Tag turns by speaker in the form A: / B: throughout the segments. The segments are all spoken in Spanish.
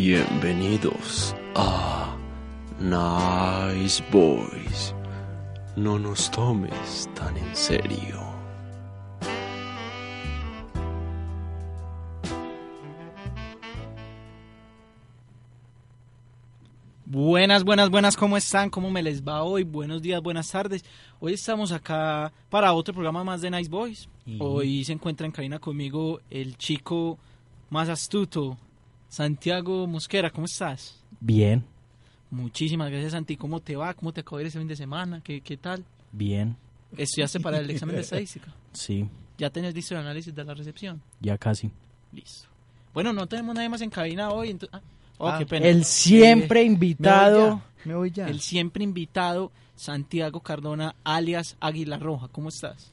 A: Bienvenidos a Nice Boys. No nos tomes tan en serio.
B: Buenas, buenas, buenas, ¿cómo están? ¿Cómo me les va hoy? Buenos días, buenas tardes. Hoy estamos acá para otro programa más de Nice Boys. Hoy se encuentra en cabina conmigo el chico más astuto, Santiago Mosquera. ¿Cómo estás?
C: Bien,
B: Muchísimas gracias, Santi. ¿Cómo te va? ¿Cómo te acabó de ir ese fin de semana? ¿Qué, qué tal?
C: bien,
B: ¿Estudiaste para el examen de estadística?
C: sí,
B: ¿Ya tenés listo el análisis de la recepción?
C: ya casi.
B: Listo. Bueno, no tenemos nadie más en cabina hoy. ento- ah, oh, qué pena.
C: El siempre invitado.
D: Me voy ya.
B: El siempre invitado Santiago Cardona, alias Águila Roja. ¿Cómo estás?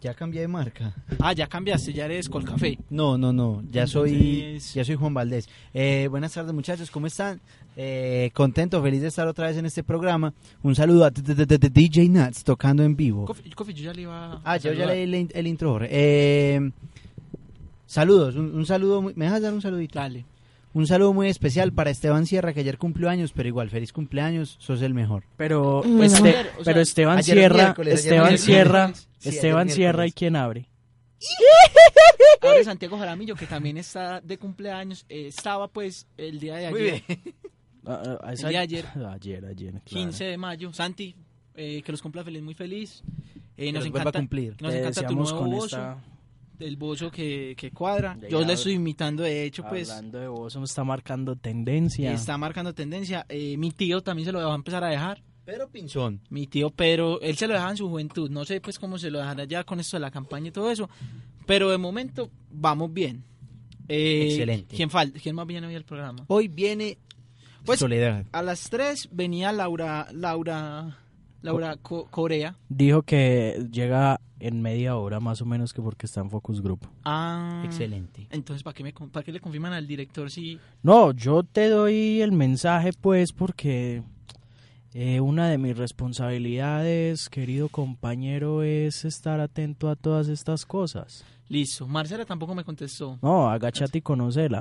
D: Ya cambié de marca.
B: Ah, ya cambiaste, ya eres Colcafé.
D: No, no, no. Ya soy,
B: Entonces-
D: ya soy Juan Valdés. Eh, buenas tardes, muchachos. ¿Cómo están? Eh, contento, feliz de estar otra vez en este programa. Un saludo a t- t- t- t- DJ Nats tocando en vivo.
B: Cofi, Cofi, yo ya le iba a
D: Ah, yo
B: saludar.
D: ya leí el, in- el intro. Jorge. Eh, saludos. Un, un saludo. muy- ¿Me dejas dar un saludito?
B: Dale.
D: Un saludo muy especial para Esteban Sierra, que ayer cumplió años, pero igual, feliz cumpleaños. Sos el mejor.
C: Pero,
B: Pues
C: este-
B: ayer, o sea,
C: pero Esteban
D: ayer
C: Sierra,
D: miércoles, ayer
C: Esteban
B: miércoles.
C: Sierra,
D: Sí, ayer
C: Esteban Sierra y
D: miércoles.
C: quién abre.
B: Ahora Santiago Jaramillo, que también está de cumpleaños, eh, estaba pues el día de ayer,
C: Ah, ah,
B: El de ayer.
C: ayer, ayer, claro.
B: 15 de mayo. Santi, eh, que los cumpla feliz, muy feliz. Eh, nos
D: los vuelva a
B: encanta,
D: cumplir.
B: nos
C: Te
B: encanta tu
C: deseamos
B: nuevo
C: con
B: bozo,
C: esta-
B: el bozo que, que cuadra.
C: Ya,
B: Yo
C: ya,
B: le estoy imitando, de hecho, pues...
C: Hablando de bozo, me está marcando tendencia.
B: Está marcando tendencia. Eh, mi tío también se lo va a empezar a dejar.
D: Pero pinzón.
B: Mi tío Pedro, él se lo dejaba en su juventud, no sé pues cómo se lo dejará ya con esto de la campaña y todo eso, pero de momento vamos bien. Eh,
D: Excelente.
B: ¿Quién, fal- quién más viene hoy al programa?
D: Hoy viene
B: Pues-
D: Soledad.
B: A las 3 venía Laura, Laura, Laura Co- Corea.
C: Dijo que llega en media hora más o menos que porque está en focus group.
B: Ah,
D: Excelente.
B: Entonces, ¿para qué, me, con- ¿para qué le confirman al director si
C: No, yo te doy el mensaje pues porque eh, una de mis responsabilidades, querido compañero, es estar atento a todas estas cosas.
B: listo? Marcela tampoco me contestó.
C: No, agachate y conocela.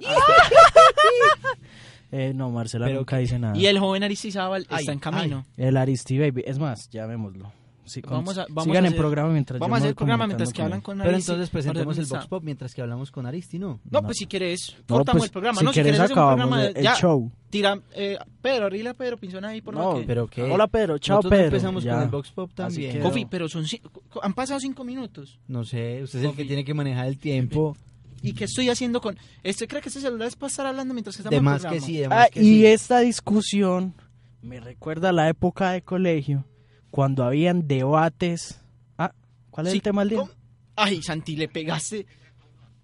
C: Eh, no, Marcela
D: Pero
C: nunca dice nada.
B: Y el joven Aristizábal
D: Ay,
B: está en camino.
C: El Aristi Baby, es más, llamémoslo. Sí, con-
B: Vamos a- vamos
C: sigan
B: a
C: en
B: hacer-
C: programa mientras yo
B: Vamos a
C: me
B: hacer
C: voy
B: el programa mientras que
C: comunicando
B: hablan con
D: Pero
B: Aristi.
D: entonces presentemos
B: Marcela
D: el
B: está.
D: Vox Pop mientras que hablamos con Aristi, ¿no?
B: No,
C: No.
B: pues si quieres,
C: con él. No,
B: cortamos
C: pues,
B: el programa.
C: Si
B: no,
C: quieres,
B: hacer un
C: acabamos
B: programa
C: el,
B: de-
C: el
B: ya,
C: show.
B: Tira, eh, Pedro, arregla a Pedro Pinzón ahí, por
C: No,
B: lo que...
D: Pero que
C: Hola Pedro, chao
D: Nosotros
C: Pedro.
D: empezamos
C: Ya.
D: con el Vox Pop también.
C: que-
B: Cofi, pero son ci- co- han pasado cinco minutos.
D: No sé, usted es el
B: Coffee.
D: que tiene que manejar el tiempo.
B: ¿Y qué estoy haciendo con...? ¿Este cree que este celular es para estar hablando mientras que estamos
D: De
B: en el
D: más que
B: programa?
D: sí, de
C: Ah,
D: más que
C: y
D: sí.
C: esta discusión me recuerda a la época de colegio, cuando habían debates. Ah, ¿cuál es
B: Sí,
C: el tema del día?
B: ¿cómo? Ay, Santi, le pegaste.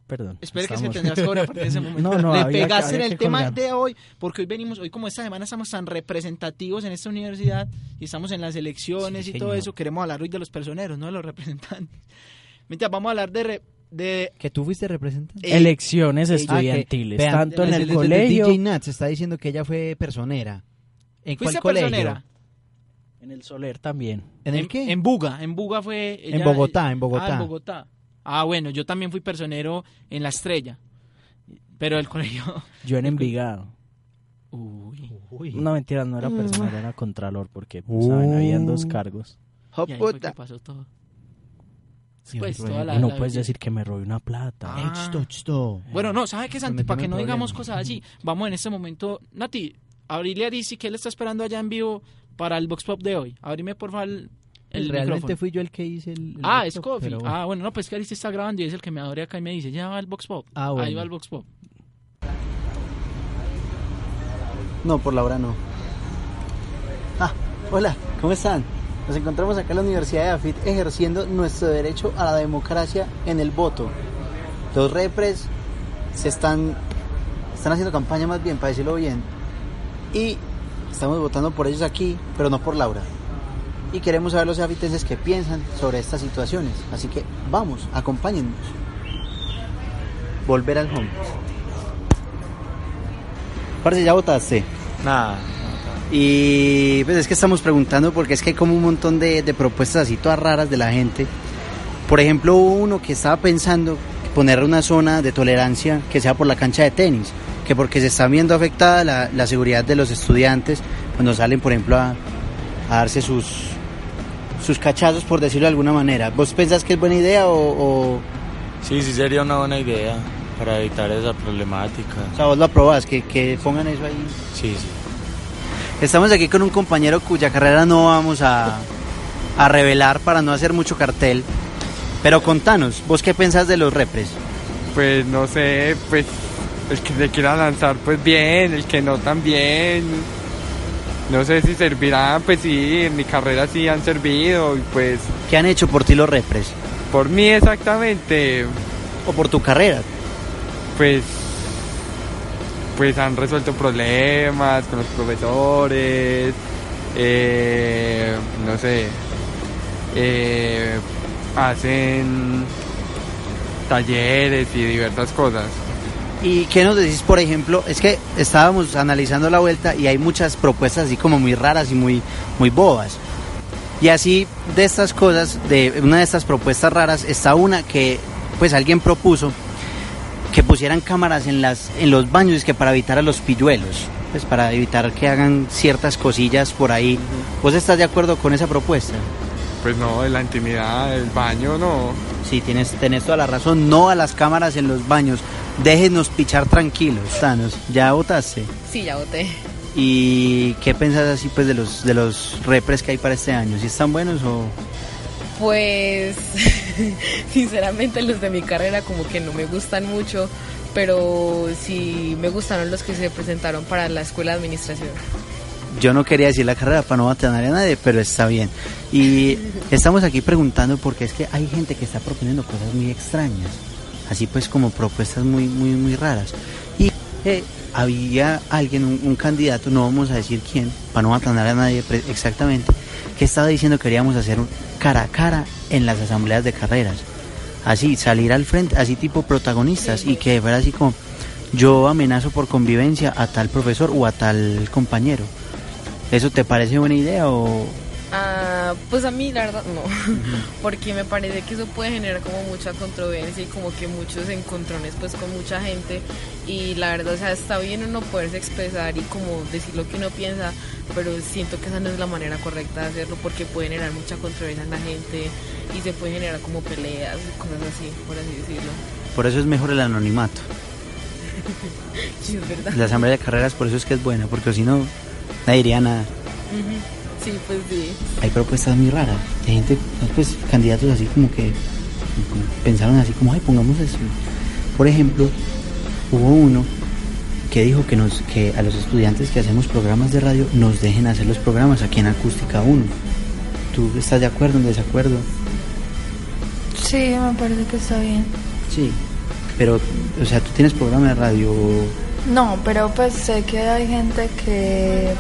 C: Perdón.
B: Espera que es que
C: estábamos-
B: tendrás cobre a partir de ese momento.
C: No, no,
B: le
C: había que-
B: pegaste
C: había
B: en el
C: que
B: tema
C: colgar.
B: de hoy, porque hoy venimos, hoy como esta semana estamos tan representativos en esta universidad y estamos en las elecciones
C: Sí,
B: y todo
C: señor.
B: eso, queremos hablar hoy de los personeros, no de los representantes. Mientras vamos a hablar de... re- de
D: ¿Que tú fuiste representante? Ah,
B: eh,
C: Elecciones
B: eh,
C: estudiantiles,
D: vean,
C: tanto en
B: desde-
C: el
D: desde- desde
C: colegio.
D: DJ Nats está diciendo que ella fue personera. ¿En cuál
B: ¿Fuiste
D: colegio?
B: personera?
C: En el Soler también.
D: ¿En el qué?
B: En Buga, en Buga fue...
D: En
B: ella-
D: Bogotá, en
B: Ah,
D: Bogotá.
B: en Bogotá. Ah, bueno, yo también fui personero en La Estrella. Pero el colegio...
C: Yo en Envigado.
B: Uy.
D: Uy.
C: No, mentira, no era
B: Mm.
C: personal, era contralor, porque pues, saben, habían
B: Uh.
C: dos cargos.
B: Y ahí fue que pasó todo.
D: Sí,
B: Pues,
D: bueno,
B: toda la-
C: Y no
B: la-
C: puedes decir que me robé una plata.
B: Ah.
D: Ech, to, ch, to.
B: Bueno, no, ¿sabe qué, Santi?
D: metemos
B: Para que
D: en
B: no digamos
D: problemas.
B: cosas así, vamos en este momento... Nati, abrirle a Dizzy que él está esperando allá en vivo para el Vox Pop de hoy. Abrime, por favor, el, el
D: Realmente
B: micrófono.
D: fui yo el que hice el... el
B: Ah,
D: Vox
B: es
D: Pop,
B: Coffee.
D: pero bueno.
B: Ah, bueno, no, pues que Aristi está grabando y es el que me adore acá y me dice, ya va el Vox Pop.
D: Ah,
B: Ahí
D: bueno.
B: va el Vox Pop.
E: No, por la hora no. Ah, hola, ¿cómo están? Nos encontramos acá en la Universidad de Afit ejerciendo nuestro derecho a la democracia en el voto. Los repres se están, están haciendo campaña más bien, para decirlo bien. Y estamos votando por ellos aquí, pero no por Laura. Y queremos saber los afitenses qué piensan sobre estas situaciones. Así que vamos, acompáñennos. Volver al home. Parce, ¿ya votaste?
D: Nada.
E: Y pues es que estamos preguntando porque es que hay como un montón de, de propuestas así todas raras de la gente. Por ejemplo, hubo uno que estaba pensando poner una zona de tolerancia que sea por la cancha de tenis,
D: que porque se está viendo afectada la, la seguridad de los estudiantes cuando salen, por ejemplo, a, a darse sus, sus cachazos, por decirlo de alguna manera. ¿Vos pensás que es buena idea o, o,
C: Sí, sí sería una buena idea para evitar esa problemática.
D: o sea, vos lo aprobás, que, que pongan eso ahí?
C: Sí, sí.
D: Estamos aquí con un compañero cuya carrera no vamos a, a revelar para no hacer mucho cartel. Pero contanos, ¿vos qué pensás de los repres?
F: Pues no sé, pues el que se quiera lanzar, pues bien, el que no también. No sé si servirán, pues sí, en mi carrera sí han servido y pues
D: ¿Qué han hecho por ti los repres?
F: por mí exactamente,
D: ¿O por tu carrera?
F: pues pues han resuelto problemas con los profesores, eh, no sé, eh, hacen talleres y diversas cosas.
D: ¿Y qué nos decís, por ejemplo? Es que estábamos analizando la vuelta y hay muchas propuestas así como muy raras y muy, muy bobas. Y así de estas cosas, de una de estas propuestas raras, está una que pues alguien propuso que pusieran cámaras en, las, en los baños es que para evitar a los pilluelos, pues para evitar que hagan ciertas cosillas por ahí. ¿Vos estás de acuerdo con esa propuesta?
F: Pues no, en la intimidad, el baño, no.
D: Sí, tienes, tenés toda la razón, no a las cámaras en los baños. Déjenos pichar tranquilos, Thanos. ¿Ya votaste?
G: Sí, ya voté.
D: ¿Y qué pensás así pues de los de los repres que hay para este año? ¿Si están buenos o
G: Pues, sinceramente, los de mi carrera como que no me gustan mucho, pero sí me gustaron los que se presentaron para la escuela de administración.
D: yo no quería decir la carrera para no batear a nadie, pero está bien. Y estamos aquí preguntando porque es que hay gente que está proponiendo cosas muy extrañas, así pues como propuestas muy muy muy raras. Y eh, había alguien un, un candidato, no vamos a decir quién, para no batear a nadie pre- exactamente, que estaba diciendo que queríamos hacer un cara a cara en las asambleas de carreras. Así, salir al frente, así tipo protagonistas y que fuera así como yo amenazo por convivencia a tal profesor o a tal compañero. ¿Eso te parece buena idea o...?
G: Ah, pues a mí la verdad no, porque me parece que eso puede generar como mucha controversia y como que muchos encontrones pues con mucha gente y la verdad, o sea, está bien uno poderse expresar y como decir lo que uno piensa, pero siento que esa no es la manera correcta de hacerlo porque puede generar mucha controversia en la gente y se puede generar como peleas, cosas así, por así decirlo.
D: Por eso es mejor el anonimato.
G: Sí, es verdad.
D: La asamblea de carreras por eso es que es buena, porque si no, nadie diría nada.
G: Ujú. Sí, pues sí.
D: Hay propuestas muy raras. Hay gente, pues candidatos así como que como pensaron así como, ay, pongamos eso. Por ejemplo, hubo uno que dijo que, nos, que a los estudiantes que hacemos programas de radio nos dejen hacer los programas aquí en Acústica 1. ¿Tú estás de acuerdo o en desacuerdo?
H: Sí, me parece que está bien.
D: Sí. Pero, o sea, tú tienes programa de radio...
H: No, pero pues sé que hay gente que,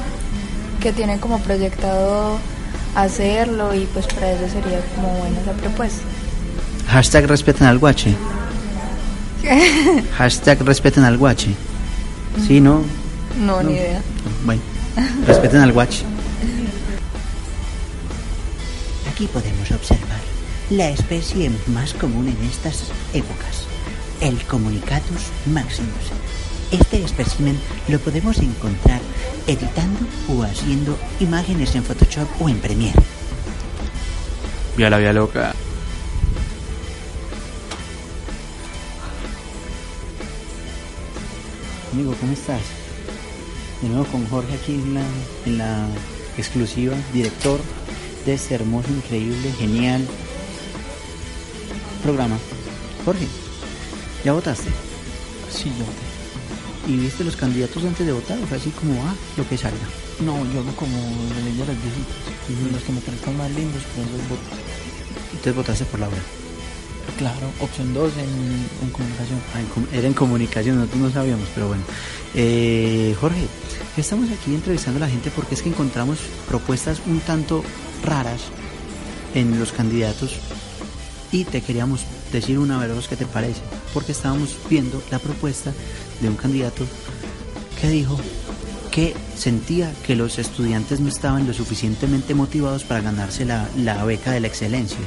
H: que tiene como proyectado hacerlo y pues para eso sería como buena esa propuesta.
D: Hashtag respeten al guache. Hashtag respeten al guache. Sí, ¿no?
H: No,
D: No.
H: ni idea.
D: Bueno, respeten al guache. Aquí podemos observar la especie más común en estas épocas, el Comunicatus maximus. Este espécimen lo podemos encontrar editando o haciendo imágenes en Photoshop o en Premiere.
I: Vía la vía loca.
D: Amigo, ¿cómo estás? De nuevo con Jorge aquí en la, en la exclusiva, director de este hermoso, increíble, genial programa. Jorge, ¿ya votaste?
B: Sí, yo,
D: ¿Y viste los candidatos antes de votar? O fue así como, ah, lo que salga.
B: no, yo hago como la ley de los viejitos. Los que me parezcan más lindos, pues los voto.
D: Entonces votaste por Laura.
B: Claro, opción 2 en, en comunicación.
D: Ah, en com- era en comunicación, nosotros no sabíamos, pero bueno. Eh, Jorge, estamos aquí entrevistando a la gente porque es que encontramos propuestas un tanto raras en los candidatos y te queríamos decir una de dos que te parece, porque estábamos viendo la propuesta de un candidato que dijo que sentía que los estudiantes no estaban lo suficientemente motivados para ganarse la, la beca de la excelencia.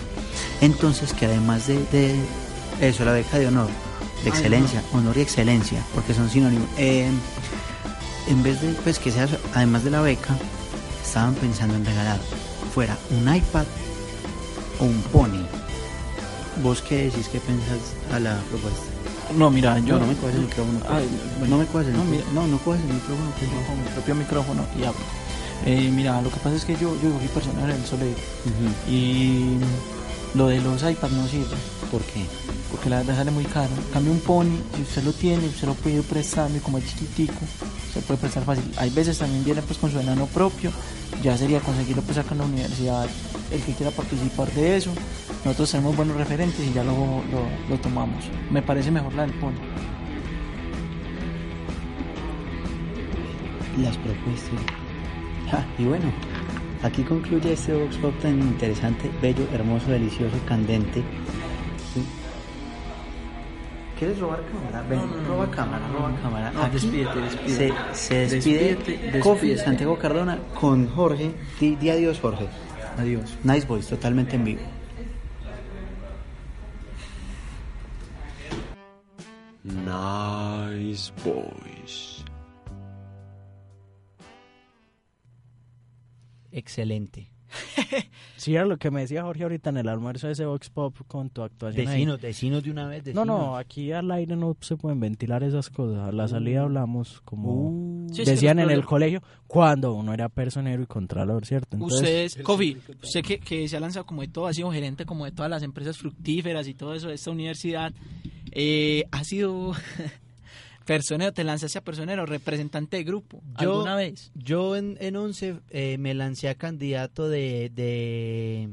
D: Entonces que además de, de eso, la beca de honor, de excelencia, honor y excelencia, porque son sinónimos. Eh, en vez de pues que sea además de la beca, estaban pensando en regalar fuera un iPad o un pony. ¿Vos qué decís? ¿Qué pensás a la propuesta?
J: No, mira,
D: Ah, Yo
J: yo
D: no me coges el micrófono. pues.
J: Ay,
D: no me coges el
J: no,
D: micrófono. No, no coges el micrófono. pues, no.
J: con mi propio micrófono y hablo. Eh, mira, lo que pasa es que yo, yo soy personal en el Soleil
D: Ujú.
J: y lo de los iPads no sirve
D: ¿Por qué?
J: porque la verdad sale muy caro. Cambio un pony, si usted lo tiene, usted lo puede ir prestando y como es chiquitico, se puede prestar fácil. Hay veces también viene pues con su enano propio, ya sería conseguirlo pues acá en la universidad, el que quiera participar de eso. Nosotros tenemos buenos referentes y ya lo, lo, lo tomamos. Me parece mejor la del pony.
D: Las propuestas. Ah, y bueno, aquí concluye este Vox Pop tan interesante, bello, hermoso, delicioso, candente. Sí. ¿Quieres robar cámara? Ven, roba cámara, roba cámara. Aquí
J: despídete, despídete.
D: Se, se despide
J: Despídete,
D: Coffee
J: despídete.
D: Santiago Cardona con Jorge. Di, di adiós, Jorge.
J: Adiós.
D: Nice Boys, totalmente en vivo.
A: Nice boys.
D: Excelente.
C: Sí, era lo que me decía Jorge ahorita en el almuerzo de ese Vox Pop con tu actuación. ahí.
D: Decinos, decinos de una vez.
C: No,
D: Decinos.
C: no, aquí al aire no se pueden ventilar esas cosas. A la salida hablamos como
D: Uh,
B: Sí, es que
C: decían
B: los
C: en el
B: problemas-
C: colegio cuando uno era personero y contralor, ¿cierto?
B: Ustedes, Kofi, usted que, que se ha lanzado como de todo, ha sido gerente como de todas las empresas fructíferas y todo eso de esta universidad, eh, ha sido personero, te lanzaste a personero, representante de grupo,
K: Yo-
B: alguna vez.
K: Yo en, en 11 eh, me lancé a candidato de... de-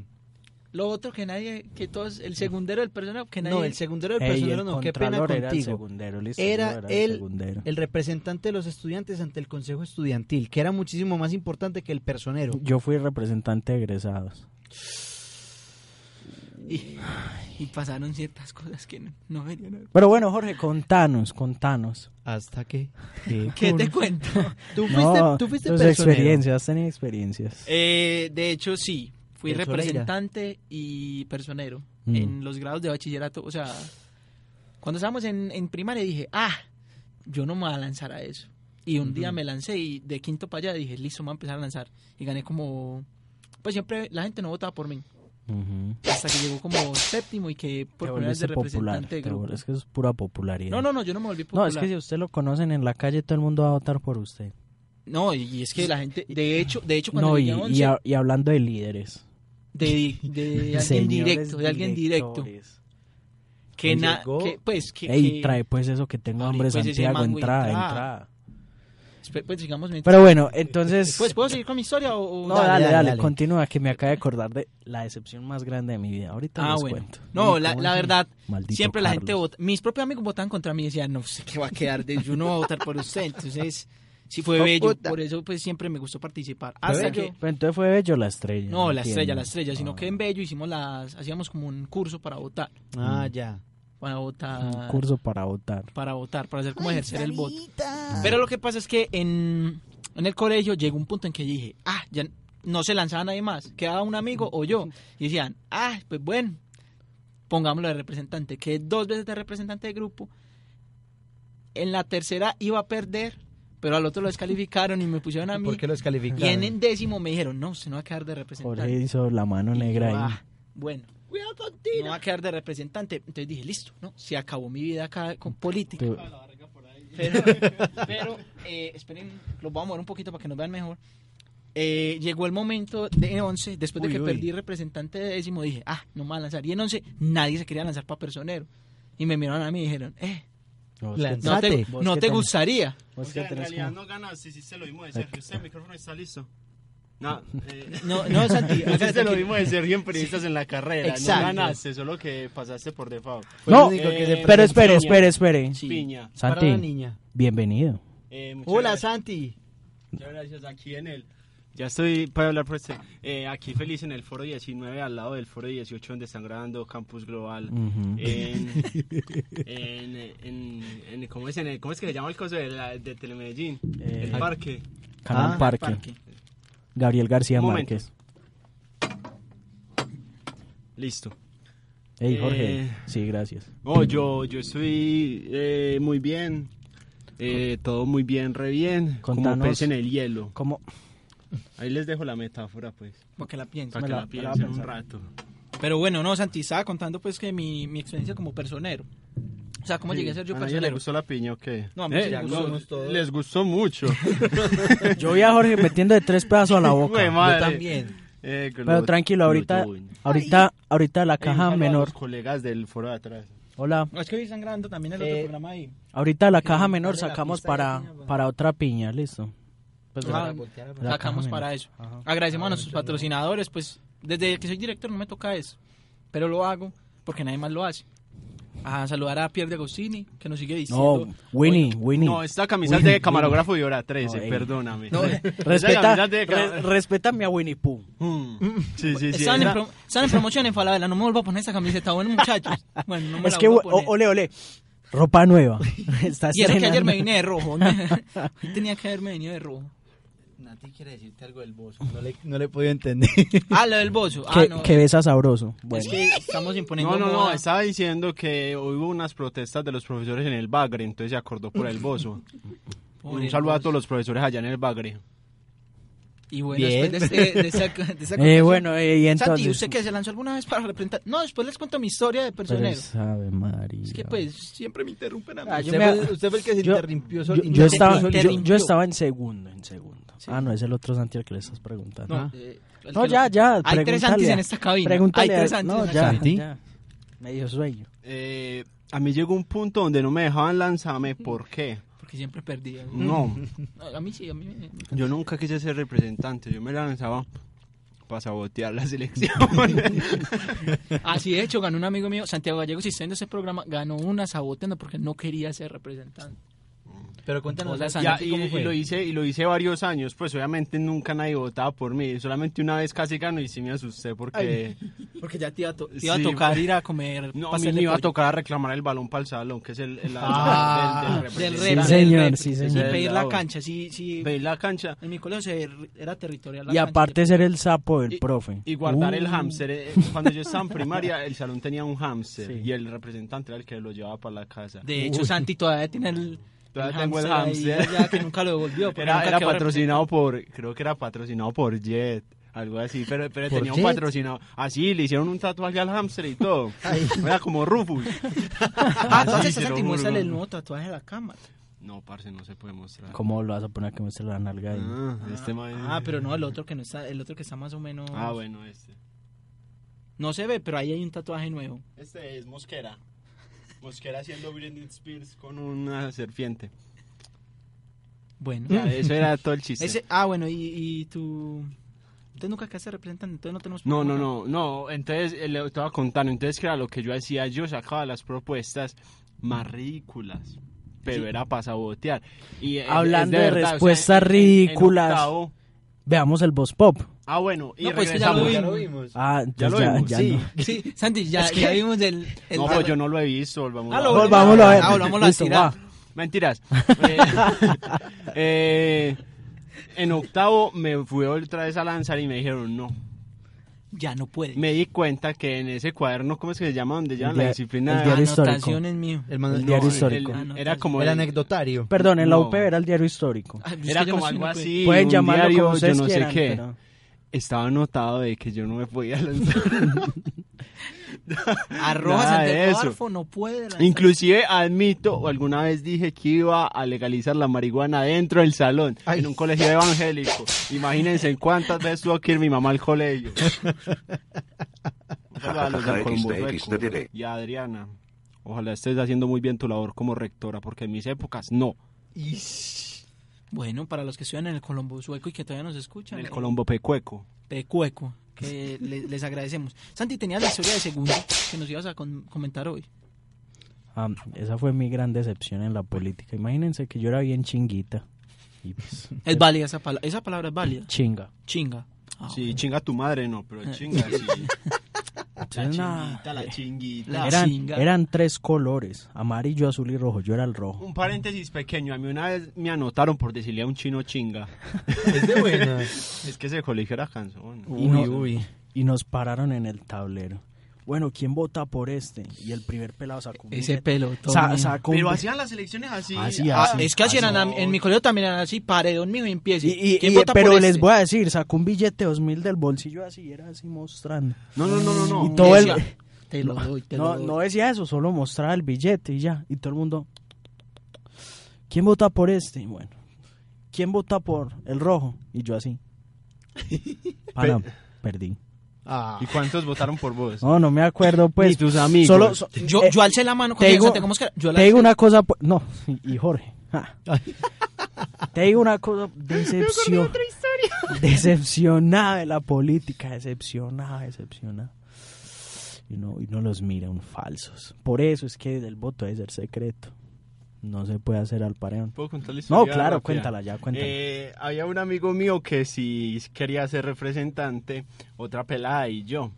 B: Lo otro que nadie, que todos, el segundero del personero, que nadie...
K: No, el segundero del
C: Ey,
K: personero
C: el
K: no, qué pena
C: contralor Era el
K: contigo.
C: segundero, listo,
K: Era
C: yo
K: el-
C: segundero.
K: El representante de los estudiantes ante el Consejo Estudiantil, que era muchísimo más importante que el personero.
C: Yo fui representante de egresados.
B: y, y pasaron ciertas cosas que no, no deberían haber.
C: Pero bueno, Jorge, contanos, contanos. eh,
K: Hasta que...
B: ¿Qué te cuento?
K: Tú fuiste,
C: No,
K: tú fuiste
C: tus
K: personero.
C: experiencias, tenía experiencias.
B: Eh, de hecho, sí. Fui
K: En Soleira.
B: representante y personero
C: Mm.
B: en los grados de bachillerato. O sea, cuando estábamos en, en primaria dije, ah, yo no me voy a lanzar a eso. Y un día me lancé y de quinto para allá dije, listo, me voy a empezar a lanzar. Y gané como... Pues siempre la gente no votaba por mí.
C: Ujú.
B: Hasta que llegó como séptimo y que
C: Te
B: por primera vez de
C: volviste popular,
B: representante de
C: te
B: grupo.
C: vol- es que eso es pura popularidad.
B: No, no, no, yo no me volví
C: No,
B: popular.
C: es que si usted lo conocen en la calle, todo el mundo va a votar por usted.
B: No, y- y es que la gente... De hecho, de hecho cuando
C: No, y,
B: llegué a
C: y
B: once,
C: a- y hablando de líderes.
B: de, de alguien directo, de alguien directo. Que,
K: Oye,
B: na-
K: llegó-
B: que, pues que,
C: Ey,
B: que-
C: trae pues eso que tengo
B: Abrí,
C: hambre,
B: pues, ese
C: Santiago,
B: mango,
C: entrada,
B: entrada.
C: entrada.
B: espe- pues digamos mientras-
C: Pero bueno, entonces...
B: pues puedo seguir con mi historia o, o-
C: no,
B: dale? Ah,
C: dale, dale,
K: dale, dale.
C: continúa, que me acaba de acordar de la decepción más grande de mi vida. Ahorita
B: Ah,
C: les
B: bueno.
C: cuento.
B: No,
K: Uy,
B: la,
K: ¿cómo
B: la
K: así?
B: verdad,
C: Maldito
B: siempre la gente
C: Carlos.
B: vota. Mis propios amigos votaban contra mí y decían, no sé qué va a quedar de yo no voy a votar por usted. Entonces, sí fue
K: Oh,
B: bello.
K: puta.
B: Por eso, pues siempre me gustó participar.
K: Fue
B: Hasta
K: bello.
B: que.
C: Pero entonces fue Bello la estrella.
B: No, la estrella,
C: entiendo.
B: la estrella, sino
C: Ah,
B: que en Bello hicimos las, hacíamos como un curso para votar,
K: Ah,
C: Mm.
K: ya.
B: para votar,
C: Un curso para votar.
B: para votar, para hacer como ejercer el voto. Pero lo que pasa es que en, en el colegio llegó un punto en que dije, ah, ya no se lanzaba nadie más, quedaba un amigo o yo. Y decían, ah, pues bueno, pongámoslo de representante, que dos veces de representante de grupo. En la tercera iba a perder, pero al otro lo descalificaron y me pusieron a mí.
K: ¿Por qué lo
B: Y en el
K: descalificaron?
B: décimo me dijeron, no, usted no va a quedar de representante.
C: Jorge hizo la mano
B: Y yo,
C: negra ahí.
B: "Ah, bueno, no va a quedar de representante. Entonces dije, listo, no, se acabó mi vida acá con política.
C: Tú-
B: Pero, pero, eh, esperen, los voy a mover un poquito para que nos vean mejor. Eh, llegó el momento de en 11, después
K: Uy,
B: de que
K: uy.
B: perdí representante de décimo, dije, ah, no me voy a lanzar. Y en 11 nadie se quería lanzar para personero. Y me miraron a mí y dijeron, eh,
C: No,
K: La-
C: es que-
B: no te,
K: Lanzate.
C: Vos
B: no
C: que
B: te
C: tenés-
B: gustaría.
C: vos
F: O
C: que
F: sea, en
C: tenés
F: realidad
C: como-
F: no ganas si hiciste lo mismo de Sergio. Usted, el micrófono está listo. No, eh,
B: No, no, Santi,
F: hiciste lo mismo de Sergio en periodistas en la carrera.
K: Exacto.
F: No ganaste, solo que pasaste por default.
K: Fue
C: No,
K: el único que se
F: eh,
C: Pero
K: presentó.
C: espere,
F: Piña.
C: espere, espere.
B: Sí.
F: Piña.
K: Para la
C: Santi,
K: niña.
C: bienvenido.
F: Eh, muchas
K: Hola,
F: gracias.
K: Santi.
F: Muchas gracias. Aquí en el. Ya estoy para hablar por este. Eh, aquí feliz en el foro 19, al lado del foro 18, donde están grabando Campus Global.
B: Mm.
C: Ujú.
F: En, en, en- en- ¿cómo, es? En el- ¿Cómo es que se llama el coso de, la- de Telemedellín?
C: Eh,
F: el parque.
C: Canal
K: Ah,
C: Parque. Gabriel García
F: Un momento.
C: Márquez.
F: Listo.
C: Hey, Jorge.
F: Eh,
C: Sí, gracias.
F: Oh, yo, yo estoy eh, muy bien. Eh, todo muy bien, re bien.
C: Contanos.
F: Como pez en el hielo. Ahí les dejo la metáfora, pues.
B: Para que la piensen.
F: Para que
B: Me
F: la,
B: la- me la voy
F: piensen
B: a
F: un
B: pensar.
F: rato.
B: Pero bueno, no, Santi, estaba contando pues que mi, mi experiencia como personero. O sea, ¿cómo
F: Sí.
B: llegué a ser yo
F: ¿A nadie le
B: personero?
F: gustó la piña o qué?
B: No, a mí sí
F: Eh,
B: me
F: ya
B: gustó.
F: nos- Les gustó mucho.
C: Yo vi a Jorge metiendo de tres pedazos a la boca.
F: Güey, madre. Eh,
C: Pero
F: glot-
C: tranquilo, ahorita,
F: glotón.
C: ahorita, ahorita la
F: Ey, un
C: caja
F: saludo a
C: menor.
F: los colegas del foro de atrás.
C: Hola.
B: No, es que vi sangrando también el
F: Eh,
B: otro programa ahí.
C: Ahorita la
B: Que
C: caja
B: dale
C: menor
B: la
C: sacamos
B: pista de la
C: para,
B: piña,
C: para otra piña, listo. Pues,
B: Ah,
C: la- la
B: sacamos
C: caja
B: para
C: menor.
B: eso.
F: Ah,
B: Agradecemos a nuestros patrocinadores, pues desde que soy director no me toca eso, pero lo hago porque nadie más lo hace. A saludar a Pierre de Agostini, que nos sigue diciendo.
C: No, Winnie, Winnie.
F: No, esta camisa es de camarógrafo y hora 13, perdóname.
B: No, eh,
F: Esa
C: Respeta,
F: camisa es de cama-
C: re- respétame a Winnie Pooh.
F: Sí, sí, sí.
B: Están, en
F: esa-
B: pro- están en promoción en Falabella, no me vuelvo a poner esa camiseta, bueno muchachos. Bueno, no me
C: es
B: la
C: que,
B: vuelvo a
C: o-
B: poner.
C: ole, ole. Ropa nueva. Está
B: Y eso que ayer
C: estrenando.
B: me vine de rojo. Tenía que haberme venido de rojo.
L: Nati quiere decirte algo del bozo.
D: No le, no le he podido entender.
B: Ah, lo del bozo. Ah,
C: Que,
B: no.
C: que besa sabroso. Bueno.
B: Es que estamos imponiendo.
F: No, no, no,
B: moda.
F: estaba diciendo que hubo unas protestas de los profesores en el Bagre, entonces se acordó por el Bozo.
B: Por
F: un
B: el
F: saludo a
B: Bozo.
F: todos los profesores allá en el Bagre.
B: Y bueno,
F: Bien.
B: después de, este, de esa, de esa
C: Eh, bueno, eh, y
B: Santi,
C: entonces- Pues,
B: ¿usted qué se lanzó alguna vez para representar? No, después les cuento mi historia de
C: Pero
B: personero.
C: sabe, María.
B: Es que pues siempre me interrumpen a mí.
D: Ah, yo
C: Usted
D: me-
C: fue-
D: usted fue el que se
C: yo-
D: interrumpió sol-
C: yo- yo,
D: interrumpió
C: estaba,
D: solito.
C: yo, yo estaba en segundo, en segundo. Ah, no, es el otro Santi al que le estás preguntando.
B: No,
C: Ah.
B: eh, el
C: No,
B: que
C: ya,
B: lo-
C: ya.
B: Hay tres
C: pregúntale
B: Santis
C: a-
B: en esta cabina.
C: pregúntale
B: Hay tres
C: a-
B: Santis
C: no,
B: en esta
C: ya,
B: cabina.
C: ya. Medio sueño.
F: Eh, a mí llegó un punto donde no me dejaban lanzarme, ¿por qué?
B: Porque siempre perdía.
F: No.
B: No, A mí sí, a mí me...
F: Yo nunca quise ser representante, yo me lanzaba para sabotear la selección.
B: Así de hecho, ganó un amigo mío, Santiago Gallegos, y siendo ese programa, ganó una saboteando porque no quería ser representante.
D: Pero cuéntanos.
B: Hola,
F: Ya,
B: Santi,
F: y,
B: ¿cómo fue?
F: y lo hice y lo hice varios años, pues obviamente nunca nadie votaba por mí, solamente una vez casi gano y sí me asusté porque
B: Porque ya te iba, a to- te iba
F: Sí,
B: a tocar
F: güey.
B: ir a comer
F: no, a mí
B: pastel
F: me
B: de
F: iba a
B: pollo.
F: tocar a reclamar el balón para el salón, que es el, el-
B: Ah,
F: el-
B: del
F: el-
B: rep,
F: el-
C: Sí,
B: del
C: señor,
B: rep.
C: sí,
B: Y
C: señor.
B: pedir
F: Del-
B: la cancha, sí, sí.
F: Pedir la cancha.
B: En mi colegio se- era territorial. la
C: Y
B: cancha.
C: aparte ser el sapo del profe.
F: Y guardar el
C: Uh,
F: hámster. eh, Cuando yo estaba en primaria, el salón tenía un hámster y el representante era el que lo llevaba para la casa.
B: De hecho, Santi todavía tiene el.
F: Todavía tengo el
B: hámster ahí,
F: hámster.
B: ya que nunca lo devolvió. porque
F: Era,
B: nunca
F: era
B: quedó
F: patrocinado por, creo que era patrocinado por Jet, algo así, pero, pero
D: ¿Por
F: tenía un
D: Jet?
F: patrocinado. Así, le hicieron un tatuaje al hámster y todo. Era como Rufus.
B: Ah,
F: Así,
B: entonces
F: se lo
B: Santi,
F: juro,
B: muéstrale
F: no.
B: el nuevo tatuaje de la cámara.
F: No, parce, no se puede mostrar.
C: ¿Cómo lo vas a poner que muestre la nalga ahí?
F: Ah, este mae-
B: Ah, pero no, el otro que no está, el otro que está más o menos.
F: Ah, bueno, este.
B: No se ve, pero ahí hay un tatuaje nuevo.
F: Este es Mosquera. Mosquera haciendo Britney Spears con una serpiente.
B: Bueno.
F: Ya, eso era todo el chiste.
B: Mm. Ese, ah, bueno, y, y tú. Ustedes nunca acá se representan, entonces no tenemos.
F: No, no,
B: problema.
F: no, no, entonces eh, le estaba contando, entonces que era lo que yo hacía, yo sacaba las propuestas más ridículas, pero era para sabotear. Y es- es
C: Hablando de
F: verdad, o sea,
C: respuestas
F: en- en-
C: ridículas.
F: en octavo-
C: Veamos el boss pop.
F: ah, bueno, y
B: No, pues que ya
F: regresamos.
B: lo
D: Ya
B: vimos.
D: lo vimos.
C: Ah,
F: Ya
C: entonces
F: lo
C: ya,
F: vimos,
C: ya
F: sí.
C: no.
B: Sí, Santi, ya, ya vimos el. el-
F: No, pero yo no lo he visto, volvamos
B: Ah,
F: a-
B: lo
C: Volvámoslo a ver.
B: Ah, volvámoslo a
C: Listo,
B: tirar.
C: va.
F: Mentiras. Eh, eh, en octavo me fui otra vez a lanzar y me dijeron no.
B: Ya no puede.
F: Me di cuenta que en ese cuaderno, ¿cómo es que se llama? Donde llevan
C: dia-
F: la disciplina.
C: el diario
B: Ah, Anotaciones mío.
D: El,
C: El
D: manual-
C: diario
F: No,
C: histórico.
F: el-
B: Ah,
F: era
B: no,
F: como
D: el anecdotario.
C: Perdón, en la
F: No.
C: UP era el diario histórico.
B: Ay, pues
F: Era
B: es que yo
F: como
B: no soy
F: algo
B: una
F: así,
C: Pueden
F: un
C: llamarlo
F: diario,
C: como ustedes
F: yo no sé
C: quieran,
F: qué.
C: pero-
F: Estaba anotado de que yo no me podía lanzar.
B: cueva. Arroja
F: Nada
B: Santiago
F: de eso.
B: Arfo, no puede. lanzar.
F: Inclusive admito, o alguna vez dije que iba a legalizar la marihuana dentro del salón, en un colegio evangélico. Imagínense cuántas veces tuvo que ir mi mamá al colegio. Saludos a los del Colombo y a Adriana. Ojalá estés haciendo muy bien tu labor como rectora, porque en mis épocas no.
B: Bueno, para los que estudian en el Colombo Sueco y que todavía nos escuchan.
F: En el
B: eh,
F: Colombo Pecueco.
B: Pecueco, que le- les agradecemos. Santi, tenías la historia de segundo que nos ibas a con- comentar hoy.
C: Ah, esa fue mi gran decepción en la política. Imagínense que yo era bien chinguita. Y pues,
B: Es válida esa palabra. Esa palabra es válida.
C: chinga.
B: Chinga. Ah,
F: Sí, chinga tu madre, no, pero chinga, sí. La
C: Entonces, nada,
F: chinguita, la chinguita.
B: La
C: eran,
B: Ah, chinga.
C: eran tres colores, amarillo, azul y rojo. Yo era el rojo.
F: Un paréntesis pequeño, a mí una vez me anotaron por decirle a un chino chinga.
D: Es de buena.
F: Es que ese colegio era cansón.
C: Y, no- y nos pararon en el tablero. bueno, ¿quién vota por este? Y el primer pelado sacó un
B: Ese
C: billete.
B: pelotón,
C: Sa-
B: mijo.
C: sacó un
B: Pero
C: bi-
B: hacían
M: las elecciones así.
C: Así,
B: Ah,
C: así,
B: es que hacían
C: así.
B: en, en mi colegio también eran así, paredón mío y empiece.
C: Y- y-
B: ¿Quién
C: y-
B: vota
C: pero
B: por
C: les
B: este?
C: voy a decir, sacó un billete 2000 del bolsillo así, era así mostrando.
M: No, no, no, no, no.
C: Y todo el...
M: Decía, "Te lo
C: no,
M: doy, te
C: no,
M: lo doy".
C: no decía eso, solo mostraba el billete y ya. Y todo el mundo... ¿Quién vota por este? Y bueno, ¿quién vota por el rojo? Y yo así. Pana, perdí.
K: Ah.
M: ¿Y cuántos votaron por vos?
C: No, no me acuerdo, pues.
M: Ni tus amigos.
C: Solo, so-
B: Yo- yo alcé la mano con
C: te
B: el
C: digo,
B: Santa, ¿cómo es que era? Yo la
C: te digo
B: alcé.
C: Eh, una cosa. pues, No, y y Jorge. ja. te digo una cosa. Decepción. Decepcionada de la política. Decepcionada, decepcionada. Y no, y no los mira, un falsos. Por eso es que el voto debe ser secreto. No se puede hacer al pareón.
M: ¿Puedo contar
C: No,
M: la historia
C: claro,
M: rápida?
C: cuéntala ya, cuéntala.
M: Eh, había un amigo mío que si quería ser representante, otra pelada y yo.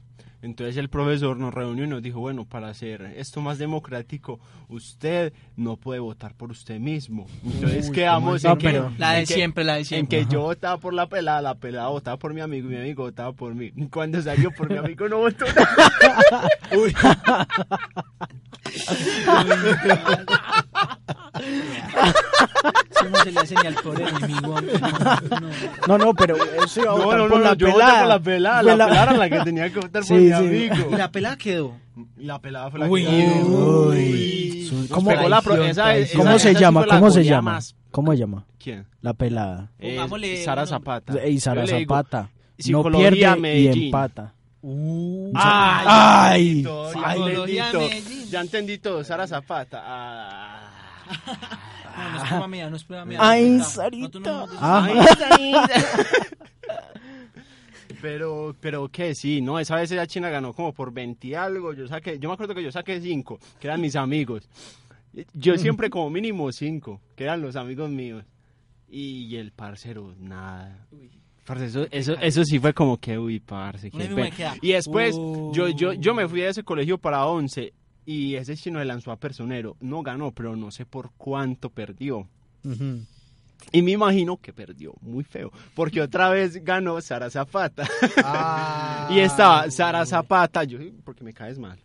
M: Entonces el profesor nos reunió y nos dijo, bueno, para hacer esto más democrático, usted no puede votar por usted mismo. Entonces
B: Uy,
M: quedamos
B: ¿cómo
M: en
B: así? No, pero-
M: que-
B: La de
M: en que-
B: siempre, la de siempre.
M: En que
B: Ajá.
M: yo votaba por la pelada, la pelada votaba por mi amigo y mi amigo votaba por mí. Cuando salió por mi amigo no votó. Uy.
B: Eso no se le hace ni al pobre enemigo. No,
C: No, no, pero eso iba a
M: No,
C: votar
M: no,
C: por
M: no,
C: la
M: yo voté
C: pelada.
M: por la pelada,
C: Fue
M: la pelada era la que tenía que votar por mi amigo.
B: Y la pelada quedó.
M: La pelada fue la
B: Uy,
M: que quedó.
C: Uy.
M: Nos
C: ¿Cómo,
M: pegó la pro- esa- esa-
C: ¿Cómo se
M: esa sí
C: llama?
M: fue la
C: ¿Cómo se
M: goleada
C: llama?
M: más-
C: ¿Cómo se llama?
M: ¿Quién?
C: La pelada.
M: Eh,
B: Pongámosle
M: Sara
B: un nombre.
M: Zapata.
C: Y Sara
M: Yo le digo,
C: Zapata. No
M: Psicología
C: pierde
M: Medellín.
C: y empata. Uh,
M: Ay,
C: Ay.
M: bendito, ay,
B: Psicología
M: bendito.
B: Medellín.
M: Ya entendí todo, Sara Zapata. Ah.
B: No, no es prueba mía, no es prueba mía.
C: Ay,
B: Nosotros
C: Sarita.
B: no hemos dicho-
C: Ah.
M: Ay, Sarita. Pero, pero qué, sí, no, esa vez la China ganó como por 20 y algo, yo saqué, yo me acuerdo que yo saqué 5, que eran mis amigos. Yo siempre como mínimo 5, que eran los amigos míos. Y el parcero, nada. Parce, eso, eso, eso sí fue como que, uy, parce. qué
B: Uno mismo
M: pena.
B: le queda,
M: Y después, yo, yo, yo me
B: "Uh".
M: fui de ese colegio para 11 y ese chino le lanzó a Personero. No ganó, pero no sé por cuánto perdió. Y me imagino que perdió muy feo, porque otra vez ganó Sara Zapata. y estaba Sara Zapata, yo porque me caes mal.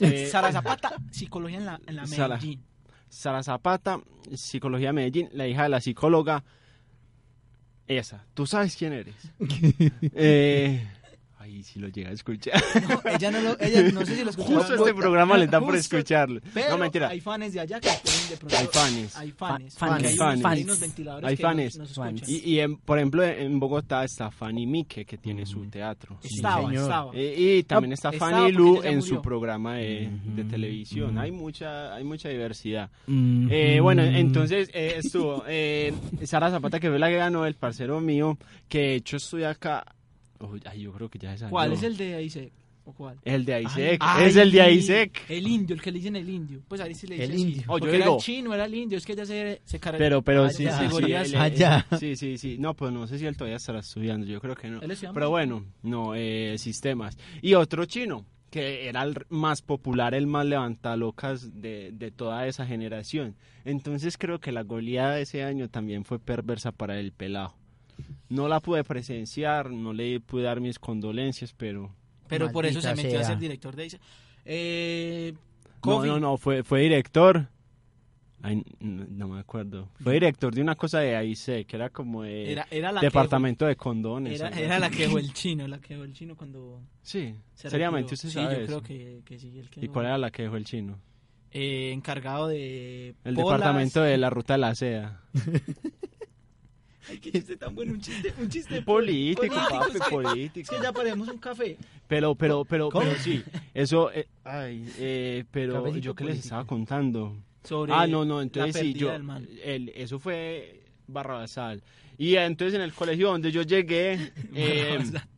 M: Eh,
B: Sara Zapata, psicología en la, en la
M: Sara.
B: Medellín.
M: Sara Zapata, Psicología Medellín, la hija de la psicóloga. Esa, tú sabes quién eres. eh, ay, si lo llega a escuchar.
B: No, ella no lo, ella no sé si lo escuchó.
M: Justo este programa les da por escucharlo.
B: Pero
M: no mentira.
B: Hay fans de allá que pueden de pronto.
M: Hay fans.
B: Hay fans.
C: Fa-
B: porque
M: fans,
B: hay unos-
M: fans.
B: Hay unos ventiladores
M: Hay
B: que
M: fans.
B: nos, nos escuchan.
M: Y, y en- por ejemplo, en Bogotá está Fanny Mique, que tiene su teatro.
B: Estaba,
M: señor. Eh,
B: estaba.
M: Y, y también está
B: Mm. estaba
M: Fanny
B: porque
M: Lu
B: ella ya
M: en
B: murió.
M: su programa de, de televisión. Hay mucha hay mucha diversidad.
C: Mm.
M: Eh, bueno, entonces eh, estuvo eh, Sara Zapata, que fue la que ganó, el parcero mío, que de hecho estoy acá. Uy, ay, yo creo que ya se
B: ¿Cuál
M: salió.
B: es el de AISEC? ¿O cuál?
M: El de Aisec.
B: Ay, Eh,
M: es el de Aisec.
B: El indio, el que le dicen el indio. Pues ahí sí le dicen
E: El indio.
M: Oh, yo
B: Porque era
M: digo-
B: el chino, era el indio, es que ella se, se cara-
M: Pero, pero sí,
B: varias
M: sí, sí.
B: categorías.
M: él- él-
E: Allá.
M: Sí, sí, sí. No, pues no sé si él todavía estará estudiando. Yo creo que no.
B: Él estudia
M: Pero bueno, no, eh, sistemas. Y otro chino, que era el más popular, el más levantalocas de, de toda esa generación. Entonces creo que la goleada de ese año también fue perversa para el pelado. No la pude presenciar, no le pude dar mis condolencias, pero...
B: Pero por eso se
E: Maldita
B: metió a
E: sea.
B: ser director de AISEC. Eh,
M: No,
B: Kofi.
M: no, no, fue, fue director. Ay, no, no me acuerdo. Fue director de una cosa de AIC, que era como de
B: Era, era la
M: departamento de
B: que.
M: condones.
B: Era,
M: algo
B: era
M: así.
B: la que dejó el chino, la que dejó el chino cuando.
M: Sí,
B: se
M: seriamente
B: retiró.
M: usted
B: Sí,
M: sabe
B: yo creo
M: eso.
B: que, que sí. El que
M: ¿Y
B: no-
M: cuál era la que dejó el chino?
B: Eh, encargado de.
M: El
B: polas.
M: departamento de la ruta de la seda.
B: Ay, qué chiste tan bueno, un chiste, un chiste
M: Político, papi,
B: es que- Es
M: político.
B: que ya paremos un café.
M: Pero, pero, pero, pero sí, eso, eh, ay, eh, pero
E: Cafecito
M: yo que les
E: político.
M: estaba contando.
B: Sobre
M: Ah, no, no,
B: la
M: entonces sí,
B: pérdida
M: yo,
B: del man.
M: el- eso fue Barrabasal. Y eh, entonces en el colegio donde yo llegué, eh,
B: Barrabasal.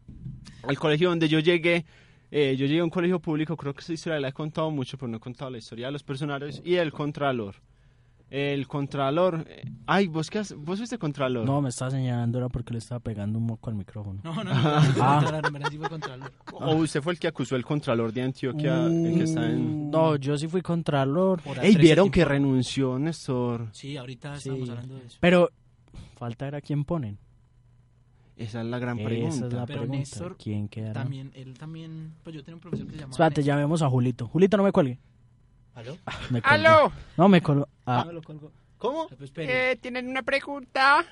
M: al colegio donde yo llegué, eh, yo llegué a un colegio público, creo que esa historia la he contado mucho, pero no he contado la historia de los personajes y el contralor. El contralor, eh, ay, vos qué has- vos fuiste contralor.
C: No, me estaba señalando, era porque le estaba pegando un moco al micrófono.
B: No, no, no, no, no, no, no, no, no, sí fue contralor.
M: O usted fue el que acusó el contralor de Antioquia, el que está en...
C: Mm, No, yo sí fui contralor.
B: Por
M: Uh. Ey,
B: hacer
M: vieron
B: ese
M: que
B: tipo-
M: renunció Néstor.
B: Sí, ahorita estamos hablando de eso.
C: Pero falta era quién ponen.
M: Esa es la gran
C: Esa
M: pregunta.
C: es la Pero pregunta. Néstor ¿Quién quedará?
N: También, él también, pues yo tenía un profesor que se llamaba...
C: Espérate,
N: Néstor.
C: llamemos a Julito. Julito, no me cuelgue.
N: ¿Aló?
C: Ah, me colgó.
G: ¡Aló!
C: No, me colgó. Ah,
G: ¿Cómo?
N: espere.
G: Eh, ¿Tienen una pregunta?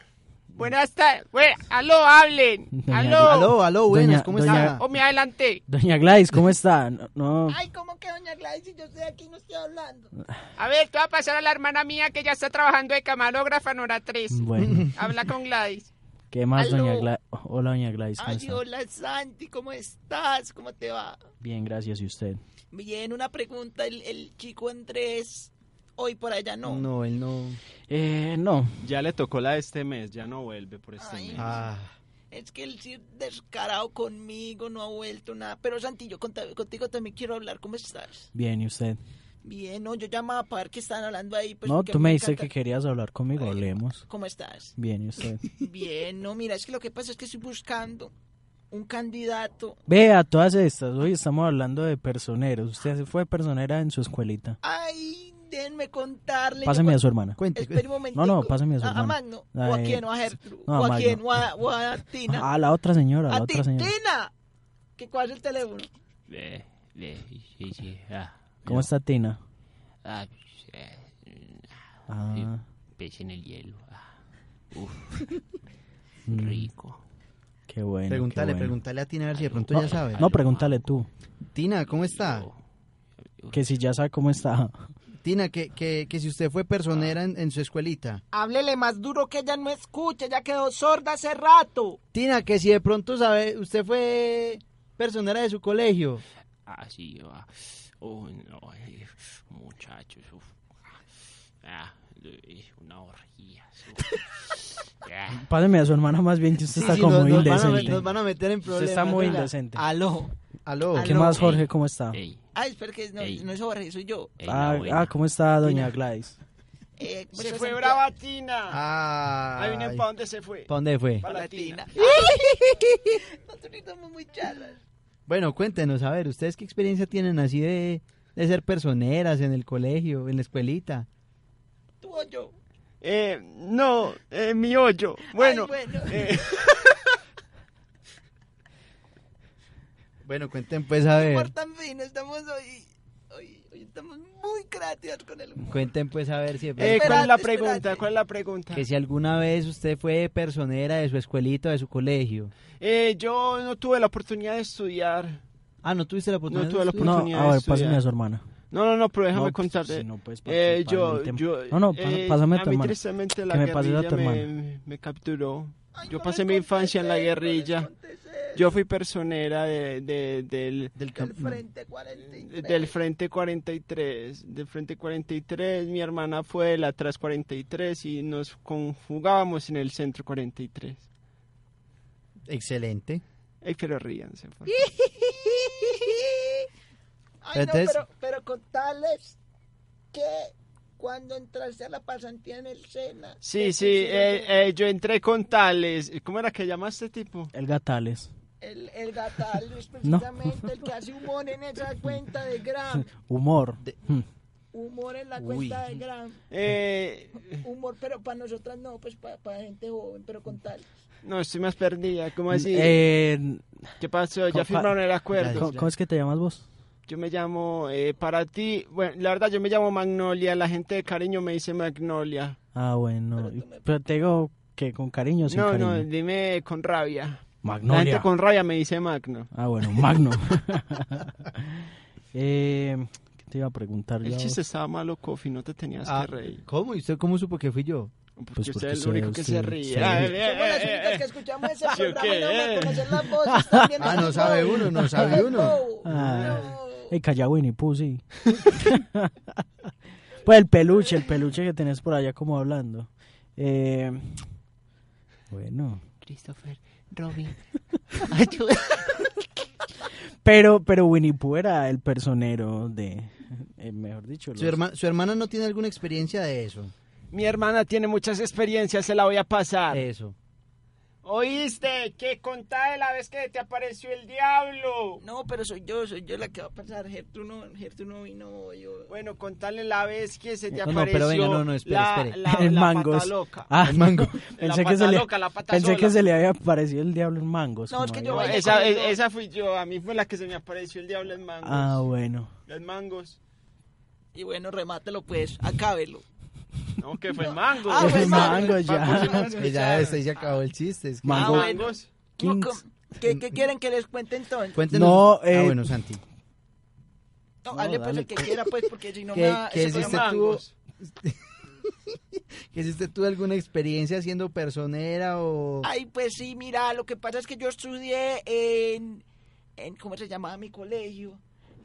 G: Buenas tardes. Bueno, aló, hablen.
C: Doña-
G: aló.
C: Aló, aló, buenas, Doña- ¿cómo doña- está?
G: O me adelanté.
C: Doña Gladys, ¿cómo está? No, no.
G: ¿cómo que doña Gladys? Si yo estoy aquí, no estoy hablando. A ver, te voy a pasar a la hermana mía que ya está trabajando de camarógrafa en hora 3.
C: Bueno.
G: Habla con Gladys.
C: ¿Qué más,
G: Aló.
C: Doña Gladys? Hola, Doña Gladys. ¿cómo está?
G: hola, Santi, ¿cómo estás? ¿Cómo te va?
C: Bien, gracias. ¿Y usted?
G: Bien, una pregunta. El, chico Andrés, hoy por allá
M: No, él no.
C: Eh, no.
M: Ya le tocó la de este mes, ya no vuelve por este mes.
C: Ah,
B: Es que el Cid descarado conmigo no ha vuelto nada. Pero Santi, yo conta- contigo también quiero hablar. ¿Cómo estás?
C: Bien, ¿y usted?
B: Bien, no, yo llamaba para ver qué están hablando ahí. Pues,
C: no,
B: porque a
C: tú
B: mí
C: me dijiste
B: encanta-
C: que querías hablar conmigo. Hablemos.
B: ¿Cómo estás?
C: Bien, ¿y usted?
B: Bien, no, mira, es que lo que pasa es que estoy buscando un candidato.
C: Vea, todas estas. Hoy estamos hablando de personeros. Usted se fue personera en su escuelita.
B: Ay, déjenme contarle.
C: Páseme
B: Yo-
C: a su hermana.
B: Espera un momentico.
C: No, no, páseme a su
B: A,
C: hermana.
B: a Magno, o a
C: Eh,
B: quién, o a Gertrude,
C: no, a
B: o a
C: Magno.
B: quién, o a, o a Tina.
C: Ah, la otra señora,
B: A
C: la otra señora.
B: Tina, que cuál es el teléfono.
O: Eh, eh, sí, sí, ah,
C: ¿Cómo está Tina?
O: ah, pues, eh,
C: Ah,
O: pez en el hielo. ah, uf,
C: mm,
O: rico.
C: qué bueno.
D: Pregúntale,
C: qué bueno.
D: pregúntale a Tina a ver si de pronto
C: no,
D: ya sabe.
C: No, pregúntale tú.
D: Tina, ¿cómo está?
C: Que si ya sabe cómo está.
D: Tina, que, que, que si usted fue personera en, en su escuelita.
B: Háblele más duro que ella no escucha, ya quedó sorda hace rato.
D: Tina, que si de pronto sabe, usted fue personera de su colegio.
O: Ah, sí, ah, oh, no, eh, muchachos, uf, ah, eh, una orgía. uf, ah.
C: Páseme a su hermana más bien, que usted está como
D: nos, nos van a,
C: indecente.
D: met- nos van a meter en problemas.
C: Usted está muy
D: Tina.
C: indecente.
D: Aló. Aló.
C: ¿Qué más, Jorge? ¿Cómo está?
B: Ay, espera que no, no es Jorge, soy yo.
C: Ah, ah, ¿cómo está doña Gladys?
B: Eh,
M: Se
B: bueno,
M: fue
B: Santiago.
M: brava Tina.
D: Ah.
M: Ahí vienen para dónde se fue.
D: ¿Pa' dónde fue?
M: Para la Tina.
B: Nosotros estamos muy charlas.
D: Bueno, cuéntenos, a ver, ¿ustedes qué experiencia tienen así de, de ser personeras en el colegio, en la escuelita?
B: Tú o yo.
M: Eh, no, eh, mi hoyo. Bueno.
B: Ay, bueno.
M: eh,
D: Bueno, cuenten pues, a ver.
B: Portan fin, estamos hoy, hoy, hoy estamos muy creativos con el humor.
D: Cuenten pues, a ver si... de
M: eh,
D: pronto-
M: ¿Cuál es la pregunta? ¿Cuál es la pregunta?
D: Que si alguna vez usted fue personera de su escuelita o de su colegio.
M: Eh, yo no tuve la oportunidad de estudiar.
D: Ah, ¿no tuviste la oportunidad?
M: No tuve la
D: de estudiar?
M: oportunidad
C: a
M: de
C: ver, pásame
M: estudiar.
C: a su hermana.
M: No, no, no, pero déjame
C: No, pues,
M: contarte.
C: si no puedes
M: Eh,
C: participar en
M: yo,
C: el tema.
M: yo,
C: No, no, pa-
M: eh,
C: pásame a
M: a
C: tu
M: mí
C: hermana.
M: tristemente la
C: Que me pases a tu
M: guerrilla
C: hermana.
M: me, me capturó. Yo pasé mi infancia en la guerrilla. Yo fui personera de, de- del,
B: Del frente 43.
M: del Frente 43. Del Frente 43, mi hermana fue de la Atrás 43 y nos conjugábamos en el Centro 43.
D: Excelente.
M: Ay, pero ríanse. por
B: Ay,
D: Entonces-
B: no, pero, pero contales que cuando entraste a la pasantía en el Sena.
M: Sí, sí, eh, eh, yo entré con Tales. ¿Cómo era que llamaste este tipo?
C: El Gatales.
B: El, el gatal es
C: No.
B: precisamente el que hace humor en esa cuenta de Gram.
C: Humor. Mm.
B: Humor en la
C: Uy.
B: cuenta de Gram.
M: Eh,
B: Humor, pero para nosotras no, pues para, gente joven, pero contales.
M: no, estoy más perdida. ¿Cómo así?
C: Mm, Eh,
M: ¿Qué pasó?
C: ¿cómo-
M: Ya firmaron el acuerdo.
C: ¿Cómo, cómo es que te llamas vos?
M: Yo me llamo, eh, para ti, bueno, la verdad yo me llamo Magnolia, la gente de cariño me dice Magnolia.
C: Ah, bueno. y- Pero, te digo que con cariño o sin
M: no,
C: cariño.
M: no, dime con rabia.
C: Magnolia.
M: La gente con rabia me dice Magno.
C: Ah, bueno, Magno. eh, ¿Qué te iba a preguntar yo?
M: El chiste estaba malo, Kofi, no te tenías
D: Ah,
M: que reír.
D: ¿Cómo? ¿Y usted cómo supo que fui yo?
M: pues Porque usted es el único que se ríe. Ah, eh,
B: Somos las
M: eh,
B: únicas
M: eh.
B: que escuchamos ese
M: ¿Sí o
B: programa
M: qué?
B: y no me
M: Eh.
B: conocen las voces. también
D: Ah,
B: de
D: no
B: los
D: sabe
B: bobos.
D: uno, no sabe
B: Los
D: uno.
B: bobos.
C: Ah, el calla Winnie Pooh, sí. pues el peluche, el peluche que tenés por allá como hablando. Eh, bueno.
O: Christopher, Robin,
C: Pero, pero Winnie Pooh era el personero de, eh, mejor dicho.
D: Su, herma- su hermana no tiene alguna experiencia de eso.
M: Eh. Mi hermana tiene muchas experiencias, se la voy a pasar.
D: Eso.
G: ¿Oíste? ¿Qué contá de la vez que te apareció el diablo? No, pero soy yo, soy yo la que va a pasar. Gertrude no, Gertrude no vino yo. Bueno, contale la vez que se te
D: No, no,
G: apareció.
D: pero venga, no, no, espere,
G: la-
D: espere.
G: la-
C: el
G: la
C: mangos.
G: pata loca.
C: Ah, el mango.
G: La
C: Pensé, que,
G: pata
C: se le,
G: loca, la pata
C: pensé que
G: sola.
C: se le había aparecido el diablo en mangos.
G: No, es
C: como
G: que yo
C: había-
G: bailé esa, e- esa fui yo, a mí fue la que se me apareció el diablo en mangos.
C: Ah, bueno.
G: Los mangos.
B: Y bueno, remátelo pues, acábelo.
G: No, que fue mango.
M: Pues,
B: Ah, fue
C: mango
B: ya.
D: Y ya, este, ya acabó el chiste. es que-
B: Mango. Ah, bueno. No, com- ¿Qué, qué quieren que les cuente entonces?
D: Cuéntenos.
C: No,
D: Ah,
C: eh,
D: bueno, Santi.
B: No, hable pues el que quiera pues, porque si no me
D: ¿Qué,
B: va-
D: qué
B: ese
D: hiciste
B: programa-
D: tú? ¿Qué hiciste tú alguna experiencia siendo personera o...?
B: Ay, pues sí, mira, lo que pasa es que yo estudié en, en ¿cómo se llamaba mi colegio?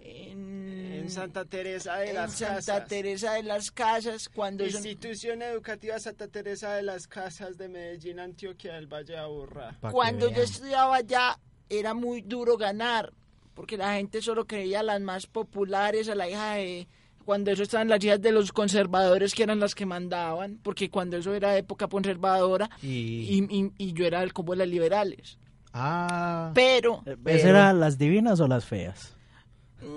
B: En,
G: Santa Teresa de
B: en
G: las
B: Santa
G: Casas.
B: Teresa de las Casas, cuando eso-
G: Institución Educativa Santa Teresa de las Casas de Medellín, Antioquia del Valle de Aburrá.
B: cuando yo estudiaba allá era muy duro ganar, porque la gente solo creía a las más populares, a la hija de... Cuando eso estaban las hijas de los conservadores que eran las que mandaban, porque cuando eso era época conservadora y, y- y yo era el combo de las liberales.
D: Ah.
B: Pero...
C: ¿Esas eran las divinas o las feas?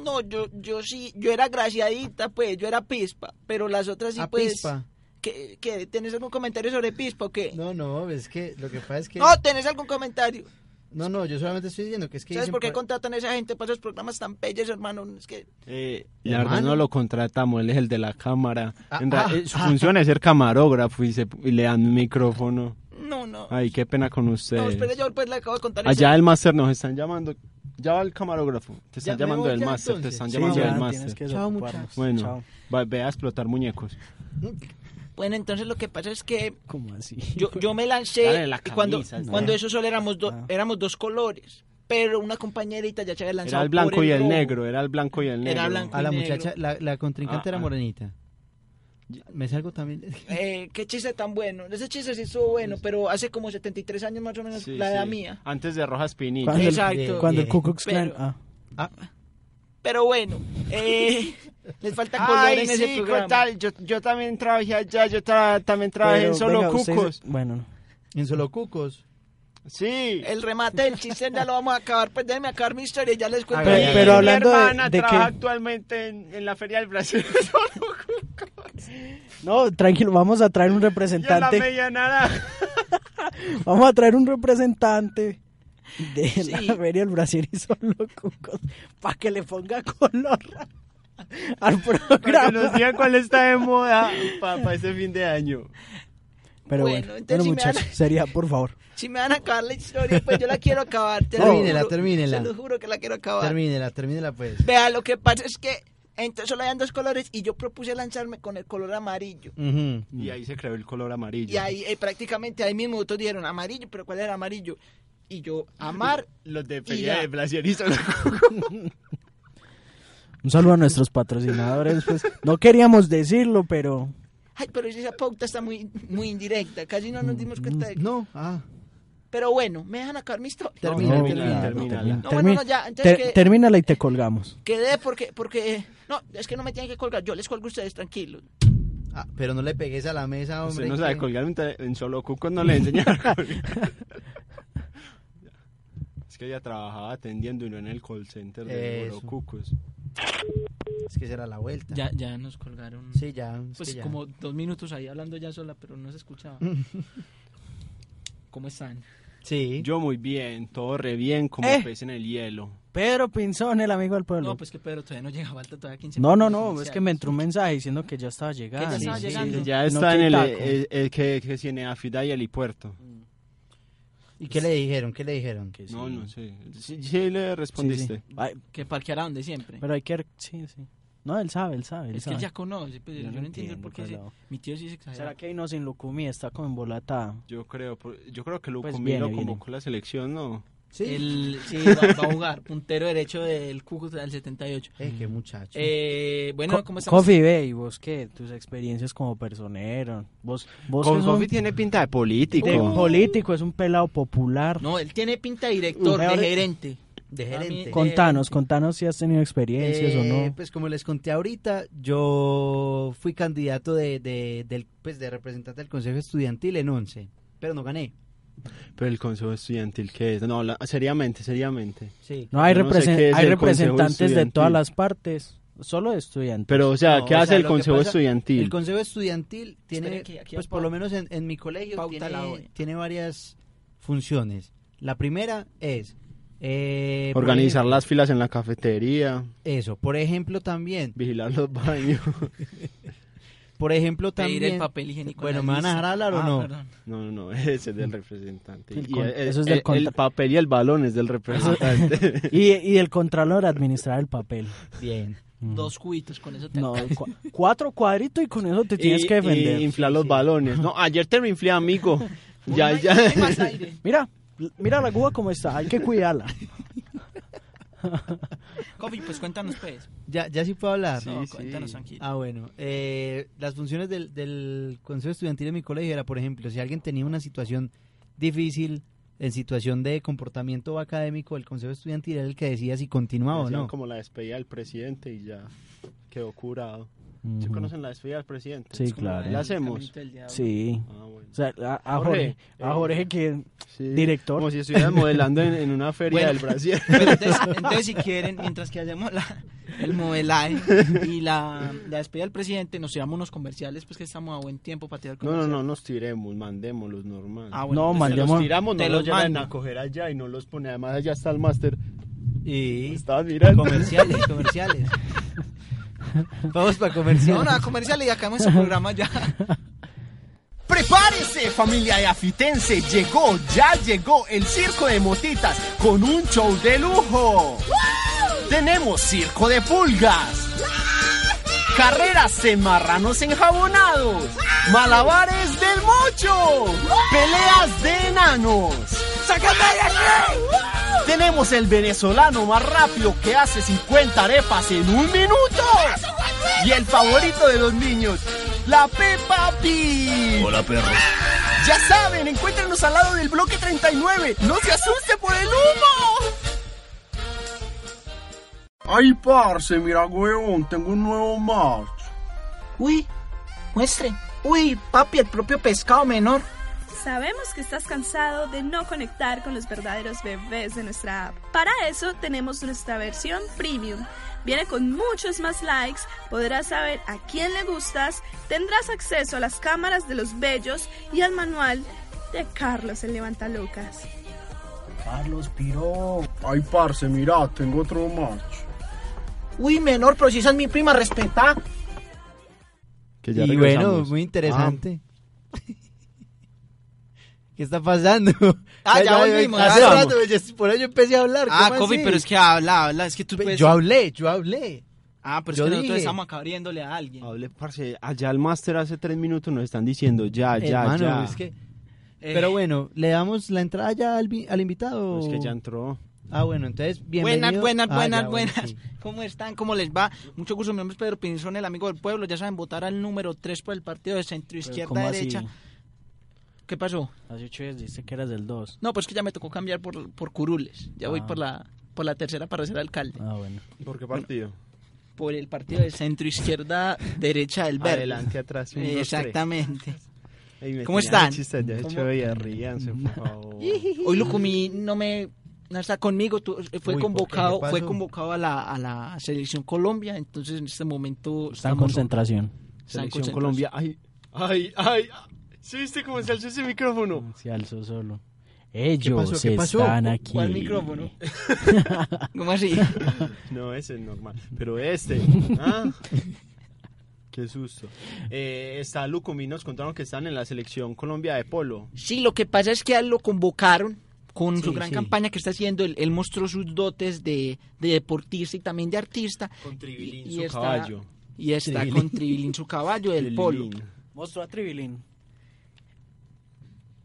B: No, yo, yo sí, yo era graciadita, pues, yo era pispa, pero las otras sí,
D: Ah,
B: pues...
D: pispa.
B: ¿Qué, qué? ¿Tenés algún comentario sobre pispa o qué?
D: No, no, es que lo que pasa es que...
B: No, ¿tenés algún comentario?
D: No, no, yo solamente estoy diciendo que es que...
B: ¿Sabes
D: dicen
B: por qué
D: por-
B: contratan a esa gente para esos programas tan bellos, hermano? Es que...
M: Eh, La verdad no lo contratamos, él es el de la cámara.
B: Ah,
M: En ra-
B: ah,
M: eh, su
B: ah.
M: función es ser camarógrafo y, se- y le dan un micrófono.
B: No, no.
M: Ay, qué pena con usted.
B: No, espere, yo pues le acabo de contar
M: Ah, Allá
B: ese-
M: el máster nos están llamando. Ya va el camarógrafo. Te están
B: Ya me
M: llamando
B: voy
M: del
B: ya,
M: máster, te
B: entonces.
M: están
B: Sí,
M: llamando
B: ya,
M: del
B: tienes
M: máster.
B: que Chao, desocuparnos. muchachos.
M: Bueno,
B: Chao.
M: va, ve a explotar muñecos.
B: este. Bueno, entonces lo que pasa es que...
C: ¿Cómo así?
B: Yo, yo me lancé
M: Dale la
B: y cuando,
M: camisa, ¿no?
B: cuando eso solo éramos, do-
D: Ah.
B: éramos dos colores, pero una compañerita ya se había lanzado
M: Era el blanco
B: por
M: y el
B: rojo.
M: negro, era el blanco y el
B: Era
M: negro.
B: blanco y
D: A la
B: negro.
D: muchacha, la, la contrincante
M: Ah,
D: era
M: ah.
D: morenita. Me salgo también...
B: Eh, qué chiste tan bueno. Ese chiste sí estuvo bueno, pero hace como 73 años más o menos
M: Sí,
B: la edad
M: sí.
B: mía.
M: Antes de Rojas Pinilla.
C: Cuando el- eh, Cuando
G: eh,
C: el Ku Klux Klan-
B: Pero-
C: ah.
B: Pero bueno, eh, les falta color
G: Ay,
B: en
G: sí,
B: ese programa.
G: Cotal, yo, yo también trabajé allá, yo tra- también trabajé
C: Pero,
G: en Solo
C: venga, ustedes-
G: Cucos.
C: Bueno, no.
D: ¿En Solo Cucos?
G: Sí.
B: El remate del chiste ya lo vamos a acabar. Pues déjenme acabar mi historia y ya les cuento.
C: Pero-
B: bien.
C: pero hablando de- de que-
G: trabaja actualmente en, en la Feria del Brasil.
C: No, tranquilo, vamos a traer un
G: y en la
C: representante.
G: media naranja.
C: Vamos a traer un representante de
B: Sí.
C: la Feria del Brasil y son los cucos para que le ponga color al
M: Para
C: programa.
M: que nos diga cuál está de moda para este fin de año.
C: Pero bueno,
B: Bueno,
C: bueno,
B: entonces si me
C: muchachos,
B: dan-
C: sería, por favor.
B: Si me van a acabar la historia, pues yo la quiero acabar. te lo
D: Termínela,
B: juro.
D: termínela.
B: Se lo juro que la quiero acabar.
D: Termínela, termínela pues.
B: Vea, lo que pasa es que entonces solo habían dos colores y yo propuse lanzarme con el color amarillo.
M: Y ahí se creó el color amarillo.
B: Y ahí eh, prácticamente ahí mismo todos dijeron amarillo, pero ¿cuál era amarillo? Y yo, amar.
M: Los de
B: y
M: Feria
B: ya.
M: de Brasil y Solo
C: Un saludo a nuestros patrocinadores. Pues. No queríamos decirlo, pero
B: Ay, pero esa pauta está muy, muy indirecta, casi no nos dimos cuenta de
D: No, ah.
B: Pero bueno, me dejan acabar mi historia.
D: Termina,
C: No,
D: termina,
C: claro,
D: termina.
C: termina.
B: No, bueno, no, ya, entonces
C: Ter-
B: que-
C: Termínala y te colgamos.
B: Quedé porque, porque, no, es que no me tienen que colgar, yo les colgo a ustedes, tranquilos.
D: Ah, pero no le pegues a la mesa, hombre.
M: Usted no sabe
D: que-
M: colgar un tele- en Solo Cucos, no le enseñaron. a colgar. es que ella trabajaba atendiendo y no en el call center de
D: Eso.
M: Solo Cucos.
D: Es que será la vuelta.
P: Ya, ya nos colgaron.
D: Sí, ya. es
P: Pues
D: que ya.
P: como dos minutos ahí hablando ya sola, pero no se escuchaba. ¿Cómo están?
D: Sí.
M: Yo muy bien, todo re bien, como
C: Eh.
M: pez en el hielo.
C: Pedro Pinzón, el amigo del pueblo.
P: No, pues que Pedro todavía no llega, falta todavía 15
C: No, no,
P: minutos
C: no, es
P: iniciales.
C: que me entró un mensaje diciendo que ya estaba llegando.
P: Que ya estaba llegando.
M: Que ya
C: No,
M: está en el,
C: taco.
M: el- el que, que si en Afida y helipuerto.
D: ¿Y qué le dijeron? ¿Qué le dijeron?
M: No, no sé. Sí, sí le respondiste.
C: Ay,
P: Que parqueará donde siempre.
C: pero hay que... ver- Sí, sí. No, él sabe, él sabe,
P: es
C: él
P: que
C: sabe.
P: él ya conoce, pero
C: Yo
P: yo,
C: no
P: no entiendo por qué.
C: entiendo,
P: se-
C: pelado.
P: mi tío sí se exagera.
C: ¿Será que ahí no sin Lucumí está como embolatada?
M: Yo creo, por- yo creo que lo
C: Pues
M: convino
C: viene,
M: como con la selección, ¿no?
P: El, sí, va, va a jugar, puntero derecho del Cúcuta del 78.
D: Eh, qué muchacho.
P: Eh, bueno,
C: Co-
P: ¿cómo estamos?
C: Coffee, ve, ¿y vos qué? Tus experiencias como personero. Vos, vos
M: Con
C: que sos
M: Coffee tiene pinta de político.
C: de político, es un pelado popular.
P: No, él tiene pinta de director,
D: Mejor-
P: de gerente.
D: De
P: gerente.
C: Contanos, contanos si has tenido experiencias o
D: Eh,
C: no.
D: Pues como les conté ahorita, yo fui candidato de, de- del, pues, de representante del Consejo Estudiantil en 11, pero no gané.
M: Pero el consejo estudiantil, ¿qué es? No, la- seriamente, seriamente.
D: Sí.
C: No, hay,
M: Yo sé
C: represen-
M: qué es
C: hay
M: el consejo
C: representantes de todas
M: estudiantil.
C: las partes, solo de estudiantes.
M: Pero, o sea,
D: No,
M: ¿qué
D: o
M: hace
D: sea,
M: el
D: lo que
M: consejo
D: pasa-
M: estudiantil?
D: El consejo estudiantil tiene,
E: Espere que aquí
D: pues
E: apa-
D: por lo menos en, en mi colegio,
E: pauta la hora.
D: tiene, tiene varias funciones. La primera es... eh, por
M: Organizar
D: ejemplo-
M: las filas en la cafetería,
D: Eso, por ejemplo también...
M: vigilar los baños.
D: Por ejemplo
B: Pedir el
D: también...
B: papel higiénico en
D: Bueno,
B: la
D: ¿me van a
B: lista.
D: dejar hablar o
B: Ah,
D: no?
B: perdón.
M: No, no, no, ese es del representante.
C: El
M: Y
C: con-
M: el-
C: eso es
M: el-
C: del contra-
M: El papel y el balón es del representante.
C: y, y el contralor administrar el papel.
D: Bien.
B: Dos cubitos, con eso te
C: No,
B: alcanza.
C: cua- cuatro cuadritos y con eso te tienes que defender.
M: y inflar los balones. No, ayer te lo inflé, amigo. ya, ya.
C: Mira, mira la cuba como está, hay que cuidarla.
B: Coffee, pues cuéntanos, pues.
D: ¿Ya, ya sí puedo hablar?
B: Sí, No, sí. cuéntanos, tranquilo.
D: Ah, bueno. Eh, las funciones del, del Consejo Estudiantil de mi colegio era, por ejemplo, si alguien tenía una situación difícil, en situación de comportamiento académico, el Consejo Estudiantil era el que decía si continuaba o
M: Hacían
D: no.
M: Como la despedida del presidente y ya quedó curado. ¿Se
C: Ujú.
M: conocen la despedida del presidente?
C: Sí,
M: Es como
C: claro.
M: ¿La hacemos?
C: Sí. O sea, a, a Jorge,
M: Jorge,
C: a
M: eh,
C: Jorge que
M: sí.
C: director.
M: Como si estuviera modelando en, en una feria
C: Bueno,
M: del Brasil.
B: Pero entonces, entonces, si quieren, mientras que hacemos la- el modelaje y la, la despedida del presidente, nos llevamos unos comerciales, pues que estamos a buen tiempo para tirar
M: No, no,
B: comerciales.
M: no, nos tiremos, mandémoslos normal.
B: Ah, bueno,
C: No,
M: Pues
C: mandemos-
M: Los tiramos, no
B: Te
M: los
B: los
M: llevan
B: mando.
M: a coger allá y no los pone. Además, allá está el máster.
D: Y
M: Estabas mirando.
D: comerciales, comerciales. Vamos para comerciales.
B: No, no, comerciales y acabamos el programa ya.
Q: Prepárese familia de afitense, llegó, ya llegó el circo de motitas con un show de lujo. Tenemos circo de pulgas, carreras de marranos enjabonados, malabares del mocho, peleas de enanos. ¡Sácame de aquí! Tenemos el venezolano más rápido que hace 50 arepas en un minuto. Y el favorito de los niños, la Peppa Pig.
R: Hola, perro.
Q: Ya saben, encuéntrenos al lado del bloque 39. No se asuste por el humo.
S: Ay, parce, mira, weón, tengo un nuevo match.
T: Uy, muestre. Uy, papi, el propio pescado menor.
H: Sabemos que estás cansado de no conectar con los verdaderos bebés de nuestra app. Para eso tenemos nuestra versión premium. Viene con muchos más likes, podrás saber a quién le gustas, tendrás acceso a las cámaras de los bellos y al manual de Carlos el Levantalocas.
S: Carlos Piro. Ay, parce, mira, tengo otro match.
T: Uy, menor, pero si esa es mi prima, respeta.
M: Que
D: y bueno,
M: regresamos.
D: muy interesante. ¿Qué está pasando?
B: Ah, ya volvimos,
D: Hace
B: ya
D: rato,
B: volvimos.
D: yo- por eso yo empecé a hablar.
B: Ah,
D: ¿cómo
B: Coffee,
D: así?
B: pero es que habla, habla, es que tú puedes...
D: Yo hablé, yo hablé.
B: Ah, pero
D: Yo
B: es que nosotros
D: dije. Ah,
B: estamos acá abriéndole a alguien.
M: Hable, parce, allá el máster hace tres minutos nos están diciendo ya, Ah, ya,
D: Hermano,
M: ya.
D: es que-
B: Eh.
D: Pero bueno, le damos la entrada ya al, vi- al invitado.
M: Es Pues que ya entró.
D: Ah, bueno, entonces,
B: Buenas,
D: bienvenido.
B: buenas,
D: Ah,
B: buenas,
D: ya, bueno,
B: buenas.
D: sí.
B: ¿Cómo están? ¿Cómo les va? Mucho gusto, mi nombre es Pedro Pinzón, el amigo del pueblo. Ya saben, votar al número 3 por el partido de centro, izquierda,
C: ¿cómo así?
B: derecha. ¿Qué pasó?
C: Hace ocho días dijiste que eras del 2.
B: No, pues que ya me tocó cambiar por, por curules. Ya voy
C: Ah.
B: por la, por la tercera para ser alcalde.
C: Ah, bueno.
M: ¿Por qué partido?
B: Por el partido de centro, izquierda, derecha del verde.
M: Adelante, atrás, un, dos, tres.
B: Exactamente.
M: Ey, me
B: ¿Cómo
M: tenían
B: están?
M: chistes de
B: ¿Cómo?
M: hecho, ya ríanse, por favor.
B: Hoy lo comí, no me no está conmigo, tú- eh, fue
M: Uy, ¿por qué? ¿Qué
B: convocado, fue
M: pasó?
B: convocado a la, a la selección Colombia, entonces en este momento
C: Está en concentración.
M: Selección Colombia. Ay, ay, ay. ¿Sí viste cómo se alzó ese micrófono?
C: Se alzó solo.
M: pasó?
C: Ellos
M: ¿Qué pasó?
C: están
M: ¿Cuál
C: aquí.
M: micrófono?
B: ¿Cómo así?
M: No, ese es normal. Pero este. Ah. Qué susto. Eh, está Lucumí, nos contaron que están en la selección Colombia de polo.
B: Sí, lo que pasa es que a él lo convocaron con
M: Sí,
B: su gran
M: sí.
B: campaña que está haciendo, él, él mostró sus dotes de, de deportista y también de artista. Con Tribilín
M: su caballo.
B: Y está
M: Tribilín.
B: con Tribilín su caballo del polo.
C: Mostró a Tribilín.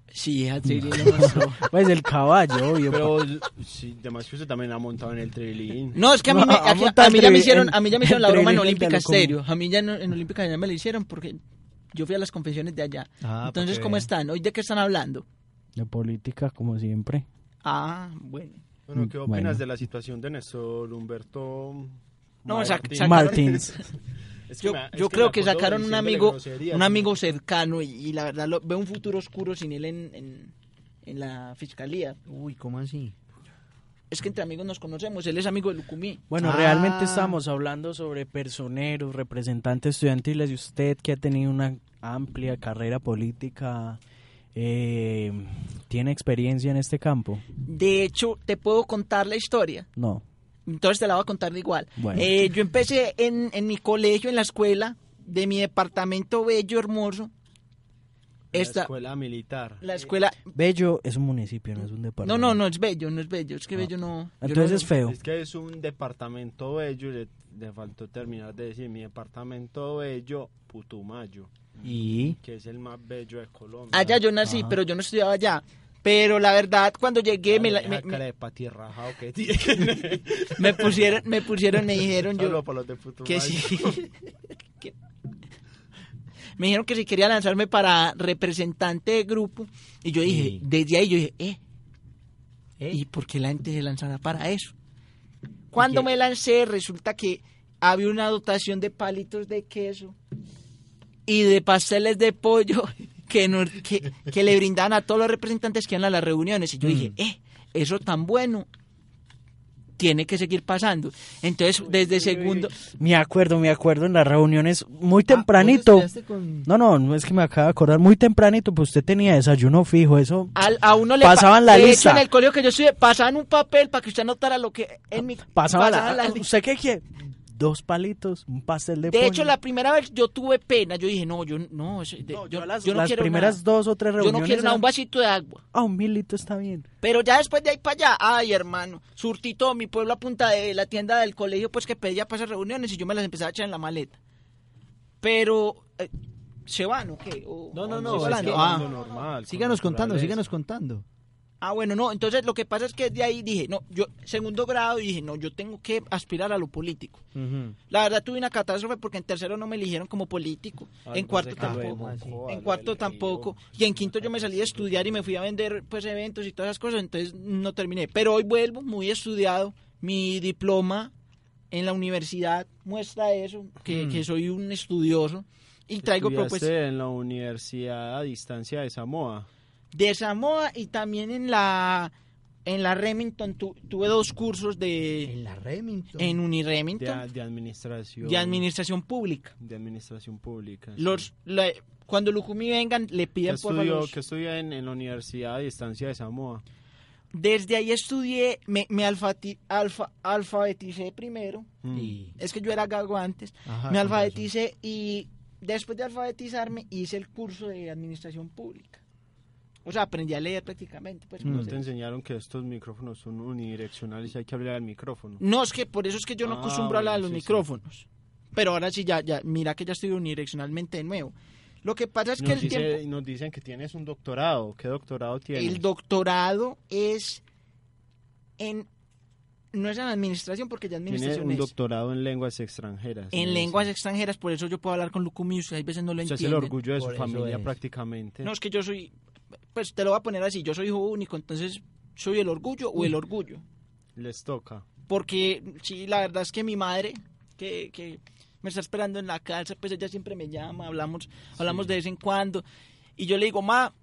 B: Sí, a Tribilín lo mostró.
C: Pues el caballo, obvio.
M: Pero sí, además que usted también ha montado en el trilín.
B: No, es que a mí, me,
C: No,
B: aquí-
C: monta
B: a mí ya me
C: entre-
B: hicieron, a mí ya me hicieron la
C: entre
B: broma en
C: Belén y
B: Olímpica,
C: Telecom.
B: serio. A mí ya no- en Olímpica ya me la hicieron porque yo fui a las confesiones de allá.
C: Ah,
B: Entonces,
C: porque-
B: ¿cómo están? ¿Hoy de qué están hablando?
C: De política, como siempre.
B: Ah, bueno.
M: Bueno, ¿qué
C: Bueno.
M: opinas de la situación de Néstor Humberto
B: No, sac-
M: Martín?
B: sacaron-
M: Es
B: yo
M: me- es
B: yo
M: que
B: creo
M: me
B: que
M: acuerdo
B: sacaron un
M: diciéndole
B: amigo
M: groserías,
B: un
M: ¿no?
B: amigo cercano y, y la verdad lo- veo un futuro oscuro sin él en, en, en la fiscalía.
D: Uy, ¿cómo así?
B: Es que entre amigos nos conocemos, él es amigo de Lucumí.
C: Bueno,
B: Ah.
C: realmente estamos hablando sobre personeros, representantes estudiantiles y usted que ha tenido una amplia carrera política, eh, ¿tiene experiencia en este campo?
B: De hecho, te puedo contar la historia.
C: No.
B: Entonces te la voy a contar de igual.
C: Bueno.
B: Eh, yo empecé en, en mi colegio, en la escuela de mi departamento bello, hermoso.
M: La
B: Esta,
M: escuela militar.
B: la escuela...
C: Bello es un municipio, no es un departamento.
B: No, no, no, es bello, no es bello, es que bello no... yo
C: Ah. Entonces
B: no-
C: es feo.
M: Es que es un departamento bello, le, le faltó terminar de decir mi departamento bello, Putumayo.
D: ¿Y?
M: Que es el más bello de Colombia.
B: Allá Ah, yo nací, pero yo no estudiaba allá. Pero la verdad, cuando llegué, me, la-
M: Deja
B: me-
M: cara
B: me-
M: de patirrajao que tiene.
B: me pusieron, me pusieron, me dijeron yo
M: Solo para los de Putumayo.
B: que sí. que- me dijeron que si quería lanzarme para representante de grupo. Y yo dije, desde ahí yo dije, eh, ¿y por qué la gente se lanzará para eso? Cuando me lancé, resulta que había una dotación de palitos de queso y de pasteles de pollo que, no- que, que le brindaban a todos los representantes que iban a las reuniones. Y yo dije, eh, eso tan bueno tiene que seguir pasando. Entonces, desde segundo,
C: Me acuerdo, me acuerdo en las reuniones
B: Ah,
C: muy tempranito. No, no, no es que me acaba de acordar. Muy tempranito, pues usted tenía desayuno fijo, eso.
B: al- a uno le pa-
C: Pasaban la
B: de hecho,
C: lista.
B: en el colegio que yo estudié, pasaban un papel para que usted anotara lo que en mi
C: Pasaba la-
B: Ah, pasaban las li-
C: ¿Usted qué quiere? Dos palitos, un pastel de,
B: De hecho,
C: pollo.
B: la primera vez yo tuve pena. Yo dije, no, yo no, eso- de- yo, yo no
C: las
B: quiero
C: primeras
B: nada.
C: dos o tres
B: Yo no
C: reuniones
B: quiero nada, un
C: eran-
B: vasito de agua.
C: Ah, un milito está bien.
B: Pero ya después de ahí para allá, ay hermano, surtí todo mi pueblo a punta de la tienda del colegio, pues que pedía para esas reuniones y yo me las empezaba a echar en la maleta. Pero, eh, ¿se van o qué? ¿O-
D: No, no,
B: o
D: no,
B: sigo
D: es
B: hablando?
D: que-
B: Ah.
D: no, no, normal, con Síganos contando, naturaleza. síganos contando.
B: Ah, bueno, no, entonces lo que pasa es que de ahí dije, no, yo, segundo grado, dije, no, yo tengo que aspirar a lo político. La verdad tuve una catástrofe porque en tercero no me eligieron como político,
D: Ay,
B: en cuarto
D: no sé qué
B: tampoco,
D: bueno, sí.
B: en cuarto tampoco, y en quinto yo me salí a estudiar y me fui a vender pues eventos y todas esas cosas, entonces no terminé. Pero hoy vuelvo muy estudiado, mi diploma en la universidad muestra eso, que,
M: Mm.
B: que soy un estudioso y traigo
M: Estudiaste
B: propuestas
M: en la Universidad a Distancia de Samoa.
B: de Samoa y también en la en la Remington tu- tuve dos cursos de en la Remington en
M: De,
B: Uniremington
M: a- de administración.
B: de administración pública.
M: de administración pública. sí.
B: Los la- cuando Lucumi vengan le
M: ¿Qué
B: piden por
M: estudió,
B: favor
M: qué estudió en, en la Universidad a Distancia de Samoa?
B: desde ahí estudié me, me alfati- alfa- alfabeticé primero
M: Y-
B: es que yo era gago antes
M: Ajá,
B: me
M: Ah, con
B: alfabeticé y después de alfabetizarme hice el curso de administración pública o sea aprendí a leer prácticamente pues,
M: No
B: no sé.
M: Mm, te enseñaron que estos micrófonos son unidireccionales y hay que hablar al micrófono.
B: No, es que por eso es que yo no
M: Ah,
B: acostumbro a hablar de los
M: bueno, sí, sí.
B: micrófonos. Pero ahora sí, ya, ya, mira que ya estoy unidireccionalmente de nuevo. Lo que pasa es que
M: nos,
B: el
M: dice-
B: tiempo,
M: nos dicen que tienes un doctorado. ¿Qué doctorado tienes?
B: el doctorado es en, no es en administración porque ya
M: Tienes
B: administración
M: un
B: es
M: doctorado en lenguas extranjeras.
B: en
M: ¿no?
B: lenguas extranjeras, por eso yo puedo hablar con Lucumi, ustedes a veces no lo
M: Usted es
B: entienden.
M: el orgullo de su
B: Por eso
M: familia
B: es.
M: prácticamente.
B: No, es que yo soy, pues te lo voy a poner así, yo soy hijo único, entonces soy el orgullo o el orgullo.
M: Les toca.
B: Porque sí, la verdad es que mi madre, que, que me está esperando en la casa, pues ella siempre me llama, hablamos, hablamos de vez en cuando. Y yo le digo, ma,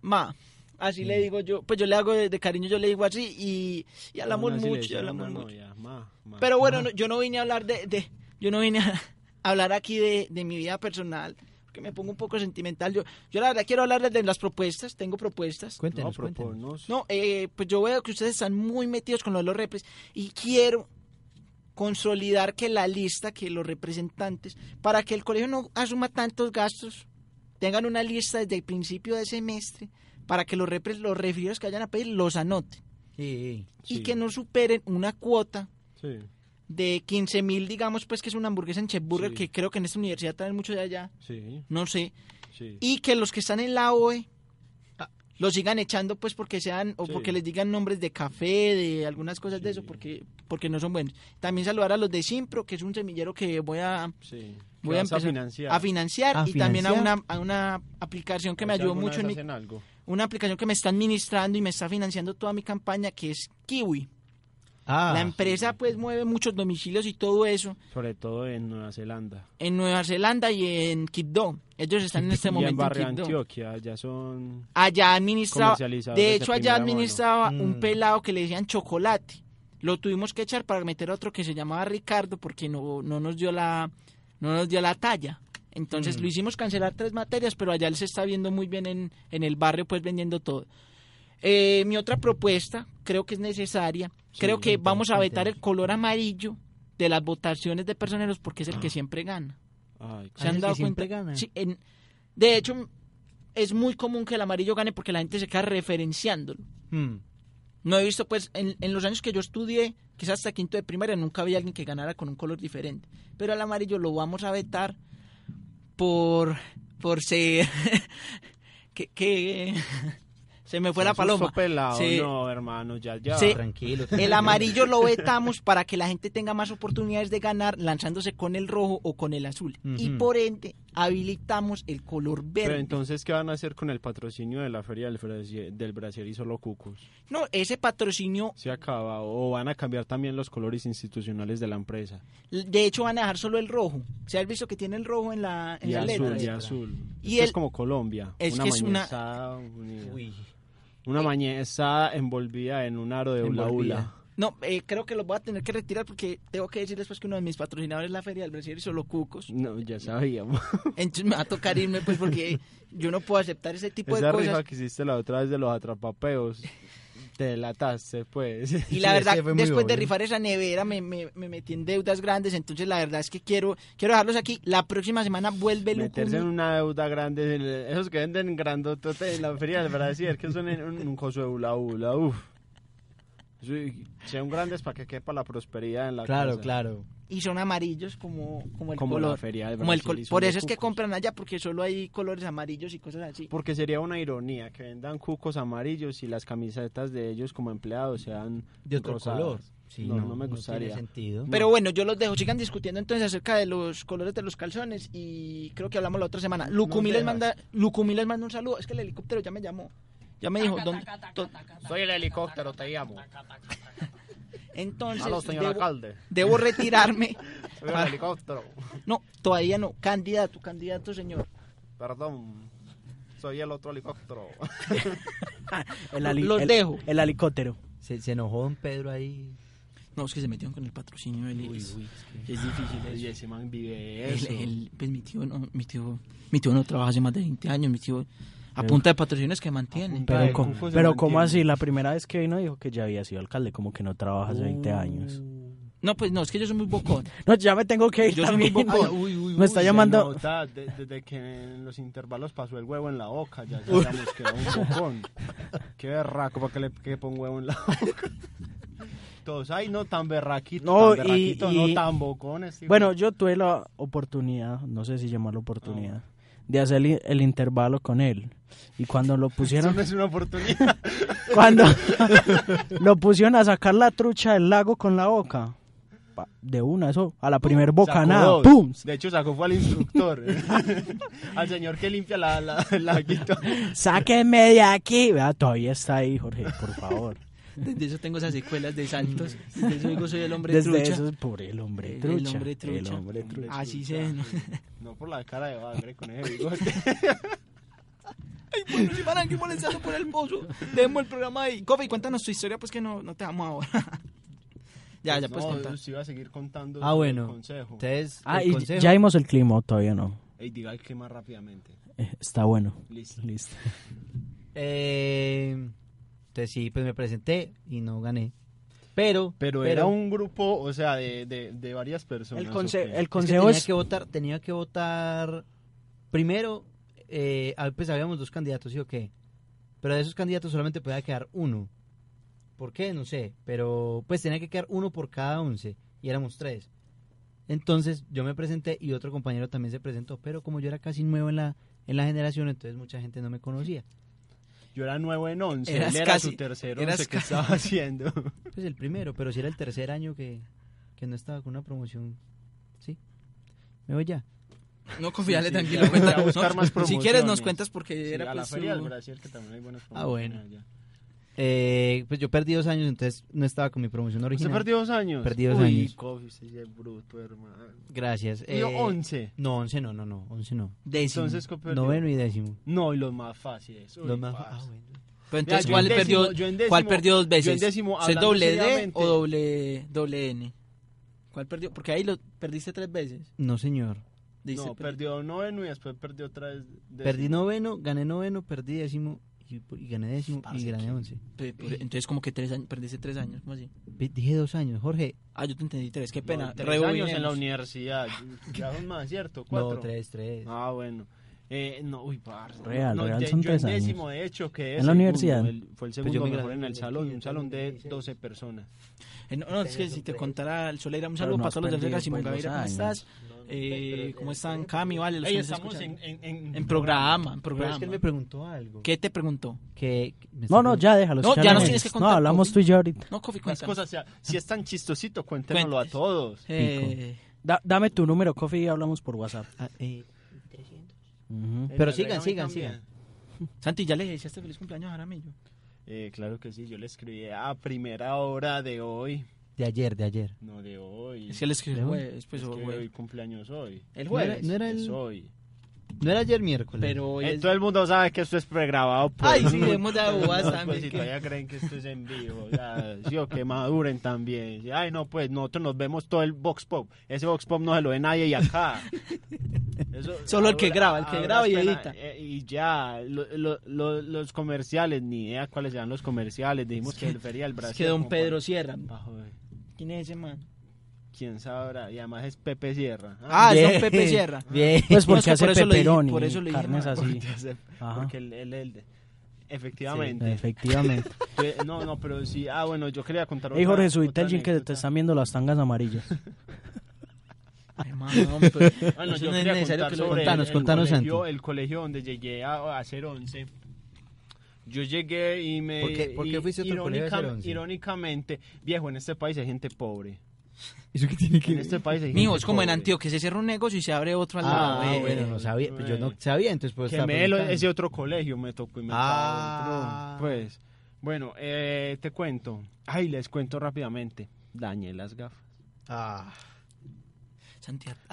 B: ma, así
M: Mm.
B: le digo yo, pues yo le hago de, de cariño, yo le digo así y, y hablamos
M: Aún así le
B: mucho, y
M: dicen a
B: hablamos
M: una
B: mucho.
M: novia, ma, ma,
B: Pero bueno,
M: ma.
B: no- yo no vine a hablar de, de- yo no vine a hablar aquí de, de mi vida personal, porque me pongo un poco sentimental. Yo, yo la verdad quiero hablar de las propuestas, tengo propuestas.
M: Cuéntenos, No, cuéntenos.
B: No, eh, pues yo veo que ustedes están muy metidos con lo de los repres y quiero consolidar que la lista, que los representantes, para que el colegio no asuma tantos gastos, tengan una lista desde el principio de semestre para que los repres, los referidos que vayan a pedir los anoten y que no superen una cuota
M: Sí.
B: de 15 mil, digamos, pues que es una hamburguesa en Chefburger,
M: Sí.
B: que creo que en esta universidad traen mucho de allá,
M: Sí.
B: no sé,
M: Sí.
B: y que los que están en la OE los sigan echando, pues porque sean, o
M: Sí.
B: porque les digan nombres de café, de algunas cosas de eso, porque, porque no son buenos. También saludar a los de Simpro, que es un semillero que voy a.
M: Sí.
B: Voy a
M: vas a
B: empezar
M: financiar.
B: a financiar
M: ¿A
B: y también a
M: financiar?
B: una, a una aplicación que
M: O
B: me
M: sea,
B: ayudó
M: ¿alguna
B: mucho.
M: vez
B: En mi,
M: hacen algo?
B: Una aplicación que me está administrando y me está financiando toda mi campaña, que es Kiwi.
D: Ah.
B: La empresa pues mueve muchos domicilios y todo eso
M: Sobre todo en Nueva Zelanda.
B: en Nueva Zelanda y en Quibdó. Ellos están en este
M: Y en
B: momento en
M: Barrio
B: Quibdó.
M: Antioquia, ya son...
B: Allá administraba,
M: Comercializadores
B: de
M: de
B: hecho allá
M: primera mano.
B: administraba
M: Mm.
B: un pelado que le decían chocolate. Lo tuvimos que echar para meter otro que se llamaba Ricardo porque no, no nos dio la no nos dio la talla. Entonces
U: Mm.
B: lo hicimos cancelar tres materias, pero allá él se está viendo muy bien en, en el barrio, pues vendiendo todo. Eh, mi otra propuesta, creo que es necesaria, creo que vamos a vetar el color amarillo de las votaciones de personeros porque es el que siempre gana.
M: Ay,
B: ¿Se
M: ¿Es
B: han
M: el
B: dado
M: que siempre
B: cuenta?
M: gana?
B: Sí, en- de hecho, es muy común que el amarillo gane porque la gente se queda referenciándolo.
D: hmm.
B: No he visto, pues, en, en los años que yo estudié, quizás hasta quinto de primaria, nunca había alguien que ganara con un color diferente. Pero al amarillo lo vamos a vetar por, por ser... que, que- se me fue la
M: Eso es
B: paloma.
M: sopelado,
B: Se-
M: No, hermano, ya, ya.
B: Sí, El amarillo lo vetamos para que la gente tenga más oportunidades de ganar lanzándose con el rojo o con el azul. Y
M: Ujú.
B: por ende, habilitamos el color verde.
M: Pero entonces, ¿qué van a hacer con el patrocinio de la Feria del, Brasier, del Brasier y solo cucos?
B: No, ese patrocinio,
M: Se acaba. O van a cambiar también los colores institucionales de la empresa.
B: de hecho, van a dejar solo el rojo. ¿Se has visto que tiene el rojo en la, en
M: Y
B: la
M: azul,
B: letra?
M: y azul.
B: Y
M: Esto es
B: el-
M: como Colombia.
B: Es
M: una
B: que es una- Eh.
M: mañezada, unida. Una mañezada envolvida en un aro de hula
B: Envolvida.
M: hula.
B: No, eh, creo que los voy a tener que retirar porque tengo que decir después que uno de mis patrocinadores es la Feria del Brasil y solo cucos.
M: No, ya sabíamos.
B: Entonces me va a tocar irme pues porque yo no puedo aceptar ese tipo
M: Esa
B: de
M: rifa
B: Pues cosas.
M: que hiciste la otra vez de los atrapapeos. Te delataste, pues.
B: Y la verdad, después de rifar esa nevera me, me- me metí en deudas grandes, entonces la verdad es que quiero quiero dejarlos aquí. La próxima semana vuelve Luco.
M: Meterse en una deuda grande. en el- Esos que venden grandotote en la feria del Brasil, que son en un, un coso de hula hula, uff. Sean grandes para que quepa la prosperidad en la
D: Claro,
M: casa.
D: claro.
B: y son amarillos como, como el
M: Como
B: color.
M: la feria del
B: Como el
M: Brasil
B: col-
M: y son
B: por
M: los
B: eso es que
M: cucos.
B: compran allá, porque solo hay colores amarillos y cosas así.
M: Porque sería una ironía que vendan cucos amarillos y las camisetas de ellos como empleados sean
D: De otro
M: rosadas.
D: color. Sí,
M: no,
D: no,
M: no, me
D: no
M: gustaría.
D: tiene sentido.
M: No.
B: Pero bueno, yo los dejo. Sigan discutiendo entonces acerca de los colores de los calzones y creo que hablamos la otra semana. Lucumí les
M: dejas.
B: manda, Lucumí les manda un saludo. Es que el helicóptero ya me llamó. Ya me dijo. ¿dónde- to-
M: Soy el helicóptero, te llamo.
B: Entonces,
M: Aló, señor
B: debo,
M: alcalde.
B: debo retirarme.
M: Soy el
D: Ah.
B: Para-
M: helicóptero.
B: No, todavía no. Candidato, candidato, señor.
M: Perdón. Soy el otro helicóptero.
C: El ali-
B: Los
C: el-
B: dejo.
C: El helicóptero.
D: Se, se enojó don Pedro ahí.
B: No, es que se metieron con el patrocinio del IES. Es difícil eso.
M: Y ese man vive
B: El-
M: eso.
B: el- pues mi tío, no, mi tío, mi tío no trabaja hace más de 20 años, mi tío a punta de patrocinios que mantiene.
C: Pero, co- pero ¿cómo así? La primera vez que vino dijo que ya había sido alcalde, como que no trabaja hace 20
B: Oh.
C: años.
B: No, pues no, es que yo soy muy bocón.
C: No, ya me tengo que ir
B: Yo soy muy
C: también.
B: bocón.
M: Uy, uy,
C: me está
M: uy, se
C: llamando.
M: nota de- desde que en los intervalos pasó el huevo en la boca, ya sabíamos que era un bocón. Qué berraco para que le quepa un huevo en la boca. Todos, ay, no tan berraquito,
C: No,
M: tan
C: y,
M: berraquito,
C: y-
M: no tan bocón. este hijo
C: Bueno,
M: de-
C: yo tuve la oportunidad, no sé si llamarlo oportunidad,
B: Ah.
C: de hacer el, el intervalo con él. Y cuando lo
M: Eso
C: pusieron,
M: no es una oportunidad.
C: cuando lo pusieron a sacar la trucha del lago con la boca, pa- de una, eso, a la primer bocanada,
M: Sacó dos.
C: ¡pum!
M: De hecho, sacó fue al instructor, al señor que limpia la, la, la guita.
C: Sáquenme de aquí. Vea, todavía está ahí, Jorge, por favor.
B: Desde eso tengo esas secuelas de saltos. Desde eso digo soy el hombre
C: Desde
B: trucha.
C: eso es por el hombre
B: El-
C: trucha,
B: El hombre
C: el
B: trucha.
C: hombre trucha.
B: Así se. ¿no?
M: No por la cara de bagre con ese bigote.
B: Bueno, si van aquí molestando por el pozo, dejemos el programa ahí. Coffee, cuéntanos tu historia, pues que no, no te amo ahora. ya, pues, ya puedes
M: no,
B: contar.
M: sí iba a seguir contando
D: Ah,
M: el
D: bueno.
M: consejo.
D: Entonces,
C: Ah,
D: el
C: y
D: consejo-
C: ya vimos el clima, ¿o todavía no.
M: Ey, diga el clima rápidamente.
C: Eh, Está bueno.
M: Listo.
C: Listo.
D: Eh, entonces sí, pues me presenté y no gané. Pero,
M: Pero, era un grupo, o sea, de, de, de varias personas.
C: El
M: consejo
C: conse- el
D: Es que
C: consejo
D: tenía
C: es-
D: que votar, tenía que votar primero, eh, ah, pues habíamos dos candidatos, ¿sí o qué? Pero de esos candidatos solamente podía quedar uno. ¿Por qué? No sé. Pero pues tenía que quedar uno por cada once. Y éramos tres. Entonces yo me presenté y otro compañero también se presentó. Pero como yo era casi nuevo en la, en la generación, entonces mucha gente no me conocía.
M: Yo era nuevo en once,
D: Eras
M: él era
D: casi-
M: su tercero, no
D: eras
M: sé qué
D: ca-
M: estaba haciendo.
D: Pues el primero, pero si era el tercer año que, que no estaba con una promoción. Sí. Me voy ya.
B: No, confiarle
M: Sí, sí,
B: tranquilo.
M: ya, voy a
B: cuenta-
M: buscar
B: no,
M: más
B: si quieres, nos
M: promociones.
B: cuentas porque
M: Sí,
B: era
M: a la
B: pues,
M: Feria
B: su-
M: del Brasil, que también hay buenas
B: Ah, bueno.
M: promociones allá.
D: Eh, pues yo perdí dos años, entonces no estaba con mi promoción original.
M: ¿Usted perdió dos años?
D: Perdí dos
M: Uy,
D: años.
M: Kofi, usted ya es bruto, hermano.
D: Gracias. Eh,
M: ¿Y once?
D: No, once no, no, no, once no.
M: Décimo. Entonces, ¿qué perdió?
D: Noveno y décimo.
M: No, y los más fáciles. Uy,
D: Los más-
M: parce.
D: ah,
B: Pero
M: Vea,
B: Pues, entonces,
M: yo en
B: ¿cuál,
M: décimo- yo
B: perdió,
M: en décimo-
B: ¿cuál perdió dos
M: yo en
B: veces?
M: décimo,
B: ¿Es
M: hablando
B: doble D
M: seriamente,
B: o doble, doble N? ¿Cuál perdió? Porque ahí lo perdiste tres veces.
D: No, señor.
B: Dice,
M: no, perdió noveno y después perdió otra vez. décimo.
D: Perdí noveno, gané noveno, perdí décimo y, y gané décimo y gané once.
B: Pe- pe- Entonces, como que tres años, perdiste tres años, ¿cómo así?
D: Ve- Dije dos años, Jorge.
B: Ah, yo te entendí tres, qué
M: No,
B: pena.
M: tres
B: rebobinemos.
M: años en la universidad. Ya son más, ¿cierto? Cuatro.
D: tres, tres.
M: Ah, bueno. Eh, no, uy, parce.
C: Real,
M: no,
C: real,
M: de-
C: son
M: yo
C: tres
M: en
C: años.
M: décimo, de hecho, que es
C: En la universidad.
M: el- fue el
C: Pues
M: segundo
C: yo me
M: mejor
C: gradué
M: en el salón, un salón de 12 personas.
B: Eh, no, no, es que si te contara el Soleira, un
M: Pero
B: saludo
M: no
B: para
M: has
B: todos los del
M: perdido,
B: Vega, Simón
M: pues,
B: Gaviria,
M: dos
B: ¿cómo
M: años.
B: estás? Eh, ¿Cómo están, Cami? Vale, los
M: Ey,
B: que nos
M: estamos
B: escuchan.
M: en- en- en
B: programa, en
M: programa. Pero
B: programa.
M: es que él me preguntó algo.
B: ¿Qué te preguntó?
D: Que,
C: No, no, ya déjalo.
B: No, ya
C: charlemos.
B: nos tienes que contar.
C: No, hablamos tú y yo ahorita.
B: No, Kofi,
M: Las
B: cuéntanos.
M: cosas, o sea, si es tan chistosito, cuéntenlo a todos.
C: Da- dame tu número, Coffee, y hablamos por WhatsApp. Ujú.
D: Pero sigan, sigan, sigan.
B: Santi, ya le deseaste feliz cumpleaños a Jaramillo.
M: Eh, claro que sí, yo le escribí a primera hora de hoy.
D: De ayer, de ayer.
M: No, de hoy.
B: Es que él escribió el
M: ¿De hoy?
B: jueves, pues,
M: Es
B: o
M: que
B: jueves.
M: hoy cumpleaños hoy.
B: El
D: jueves. No era- no era
M: Es
D: el-
M: hoy.
D: No era ayer miércoles.
B: Pero hoy
M: Eh,
B: es-
M: Todo el mundo sabe que esto es pregrabado. pues.
B: Ay, sí, hemos dado bobadas
M: Pues,
B: también,
M: si
B: que-
M: todavía creen que esto es en vivo, o sea, sí, o que maduren también. Sí, Ay, no, pues nosotros nos vemos todo el Vox Pop. Ese Vox Pop no se lo ve nadie y acá. Eso-
B: Solo el que graba, el que
M: ahora
B: graba y
M: espera,
B: edita.
M: eh, y ya, lo- lo- lo- los comerciales, ni idea cuáles sean los comerciales. Dijimos que, el Feria del Brasil.
B: Es que don
M: como para-
B: Pedro Sierra.
M: Ah, joder,
B: ¿Quién es ese man?
M: ¿Quién sabrá? Y además es Pepe Sierra.
B: Ah, es don Bien. Pepe Sierra. Bien.
C: Pues porque
M: No, es que
C: hace
M: por eso le dije-
C: pepperoni
M: por eso le dije
C: carnes
M: mal.
C: así.
M: Porque hace-
C: Ajá.
M: Porque él, él- él- Efectivamente.
C: Sí, efectivamente.
M: Eh, no, no, pero sí. Ah, bueno, yo quería contar
C: Ey,
M: otra-
C: Jorge, subite
M: otra
C: el jean que te están viendo las tangas amarillas.
B: Hermano,
M: Bueno,
B: Eso
M: yo
B: no es
M: quería
B: necesario
M: contar
B: que lo-
M: sobre
B: Contanos, contanos,
M: el, el colegio,
B: Santi.
M: el colegio donde llegué a, a hacer 11. Yo llegué y me...
D: ¿Por qué- por qué
M: y-
D: fuiste a otro colegio a hacer
M: irónica-
D: 11?
M: Irónicamente, viejo, en este país hay gente pobre.
D: ¿Eso qué tiene que
M: En este país hay gente
B: Mijo, es como en
M: pobre.
B: Antioquia, se cierra un negocio y se abre otro al lado.
D: Ah,
B: Eh,
D: bueno, no sabía. pues Yo no sabía, entonces pues
M: que me lo- ese otro colegio me tocó y me
D: Ah.
M: cago, bro. Pues, bueno, eh, te cuento. Ay, les cuento rápidamente. Dañé las gafas.
D: Ah.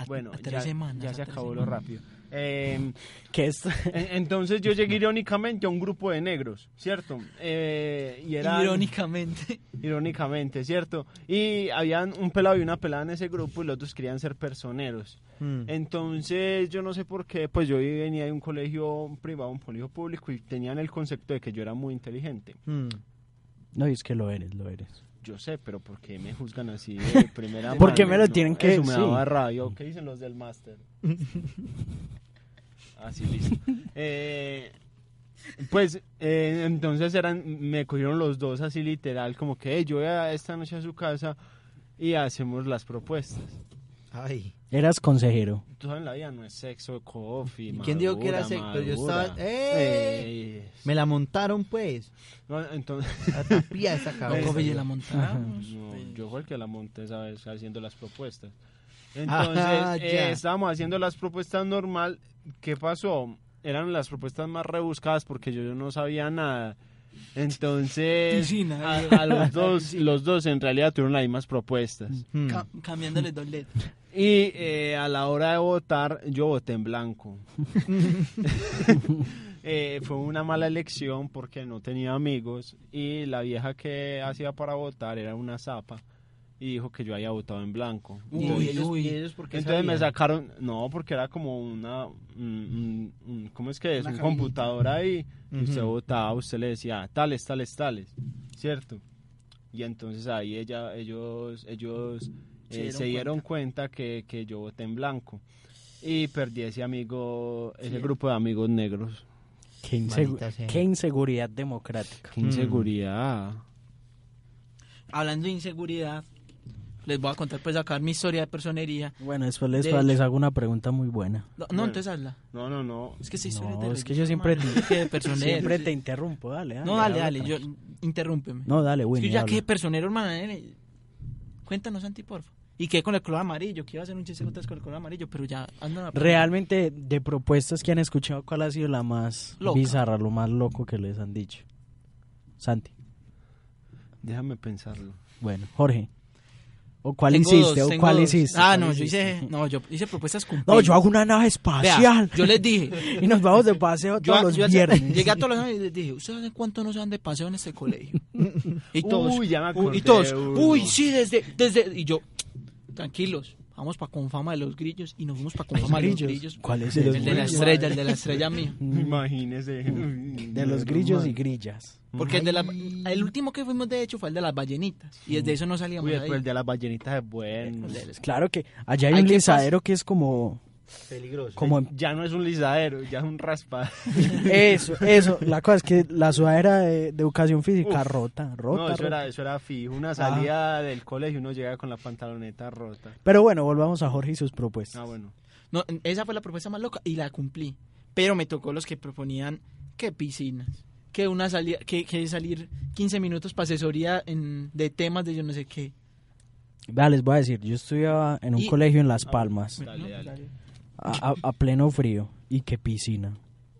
M: bueno,
B: a tres
M: ya,
B: semanas,
M: ya
B: a
M: se
B: tres
M: acabó lo
B: semanas.
M: rápido. Eh,
C: ¿Qué es?
M: en- E, Entonces yo llegué irónicamente a un grupo de negros, ¿cierto? Eh, y eran-
B: Irónicamente.
M: Irónicamente, ¿cierto? Y habían un pelado y una pelada en ese grupo y los dos querían ser personeros.
B: Mm.
D: Hmm, Eh,
M: Entonces, yo no sé por qué, pues yo venía de un colegio privado, un colegio público, y tenían el concepto de que yo era muy inteligente.
D: hmm.
C: No, y es que lo eres, lo eres.
M: Yo sé, pero ¿por qué me juzgan así de primera
C: ¿Por qué
M: mano?
C: me lo
M: No,
C: tienen que
M: Eso me
C: decir?
M: daba rabia. ¿Qué dicen los del máster? Así listo. Eh, pues eh, entonces eran, me cogieron los dos así literal, como que "Hey, yo voy a esta noche a su casa y hacemos las propuestas. Ay.
C: Eras consejero.
M: Tú sabes, la vida no es sexo, coffee,
D: ¿Quién dijo que era
M: madura,
D: sexo? Yo
M: madura.
D: estaba- ¡Eh! ¡Ey!
M: Ey.
D: Me la montaron pues.
M: No, entonces.
D: tapía esa cabeza. No,
M: No,
D: Kobe,
M: yo
D: ya la montamos.
M: yo fue el que la monté, ¿sabes? Haciendo las propuestas.
D: Ah,
M: Entonces, eh,
D: ya.
M: estábamos haciendo las propuestas normal. ¿Qué pasó? Eran las propuestas más rebuscadas porque yo no sabía nada. Entonces,
B: Piscina,
M: a,
B: digo.
M: a los dos, los dos en realidad tuvieron las mismas propuestas.
D: Hmm.
B: Ca- cambiándole dos letras.
M: Y eh, a la hora de votar, yo voté en blanco. Eh, fue una mala elección porque no tenía amigos y la vieja que hacía para votar era una zapa y dijo que yo había votado en blanco.
D: Uy,
M: Entonces-
D: ellos- y ellos por qué
M: Entonces me
D: sabían?
M: sacaron, no, porque era como una, un- un- un- ¿cómo es que es?
D: Una
M: un
D: cabinita.
M: computador ahí y usted
D: Ujú.
M: votaba, usted le decía tales, tales, tales, ¿cierto? Y entonces ahí ella, ellos, ellos
D: Se
M: eh,
D: dieron
M: se dieron cuenta, que, que yo voté en blanco y perdí ese amigo, ese
C: Sí.
M: grupo de amigos negros.
C: Qué, insegu- qué inseguridad democrática.
M: Qué inseguridad.
B: Hablando de inseguridad, les voy a contar, pues, acá mi historia de personería.
C: Bueno, después les,
B: De
C: les
B: hecho-
C: hago una pregunta muy buena.
B: No, no, entonces habla.
M: No, no, no.
B: Es que esa historia
C: No,
B: es de
C: es que
B: relleno,
C: yo siempre
B: mano.
C: te-
B: Que de personero.
C: siempre te interrumpo, dale, dale,
B: no, dale,
C: habla
B: dale, yo interrúmpeme.
C: No, dale,
B: Es
C: Winnie,
B: que yo ya
C: habla.
B: quedé personero, hermano. nene. Cuéntanos, Santi, porfa. Y quedé con el color amarillo, que iba a hacer un chiste con el color amarillo, pero ya anda
C: Realmente, de propuestas que han escuchado, ¿cuál ha sido la más
B: Loca.
C: bizarra, lo más loco que les han dicho? Santi.
M: Déjame pensarlo.
C: Bueno, Jorge. ¿O cuál
B: Tengo
C: hiciste?
B: dos,
C: ¿O
B: tengo
C: cuál
B: dos.
C: hiciste?
B: Ah,
C: ¿Cuál
B: no, yo
C: hiciste?
B: hice, no, yo hice propuestas cumplidas.
C: No, yo hago una nave espacial.
B: yo les dije.
C: y nos vamos de paseo todos los
B: yo
C: viernes.
B: Llegué a todos los años y les dije, ¿ustedes hace cuánto no se van de paseo en este colegio? y todos,
M: Uy, ya me
B: uy,
M: acordé
B: y todos,
M: de uno.
B: uy, sí, desde, desde, y yo, tranquilos. Vamos para Confama de los Grillos y nos fuimos para Confama de los
C: grillos?
B: Grillos.
C: ¿Cuál es
B: el?
C: el?
B: de la estrella, el de la estrella mía.
M: Imagínese.
C: De los grillos y grillas.
B: Porque el, de la- el último que fuimos, de hecho, fue el de las ballenitas. Y desde eso no salíamos
M: Uy,
B: de ahí.
M: pero el de las ballenitas es bueno.
C: Pues Claro que allá hay
M: Ay,
C: un
M: ¿qué
C: lisadero que es como...
M: Peligroso.
C: Como en-
M: Ya no es un lisadero, ya es un raspa.
C: Eso, eso. La cosa es que la sudadera de, de educación física
M: Uf.
C: rota, rota,
M: no,
C: rota.
M: eso
C: Ah.
M: era, eso era fijo. Una salida del colegio y uno llegaba con la pantaloneta rota.
C: Pero bueno, volvamos a Jorge y sus propuestas.
M: Ah, bueno.
B: No, esa fue la propuesta más loca y la cumplí. Pero me tocó los que proponían que piscinas, que una salida, que, que salir 15 minutos para asesoría en- de temas de yo no sé qué.
C: Vea, les voy a decir, yo estudiaba en un
B: Y-
C: colegio en
M: Ah,
C: Las Palmas,
B: Dale, Pues dale.
C: a, a- a pleno frío, y qué piscina,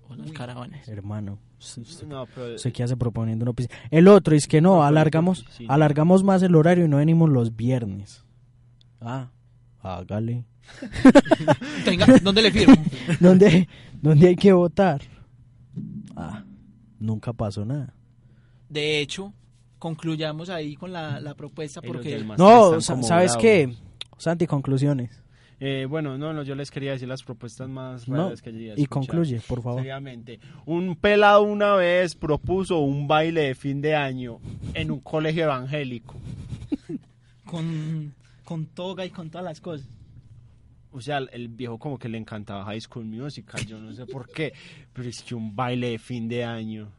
B: O las caravanas.
C: hermano.
M: No, pero-
C: Sé qué hace proponiendo una piscina. El otro es que no, alargamos,
M: piscina.
C: alargamos más el horario y no venimos los viernes. Ah, hágale.
B: Tenga, ¿dónde le firmo?
C: ¿Dónde, dónde hay que votar? Ah, nunca pasó nada.
B: De hecho, concluyamos ahí con la, la propuesta
M: Y los
B: porque...
M: del máster
C: No,
M: están
C: sa-
M: como
C: ¿sabes
M: bravos.
C: qué? Santi, conclusiones.
M: Eh, bueno, no, no, yo les quería decir las propuestas más
C: No,
M: raras que llegué a
C: y
M: escuchar.
C: concluye, por favor.
M: Seriamente. Un pelado una vez propuso un baile de fin de año en un colegio evangélico.
B: Con, con toga y con todas las cosas.
M: O sea, el- el viejo como que le encantaba High School Musical, yo no sé por qué, pero es que un baile de fin de año.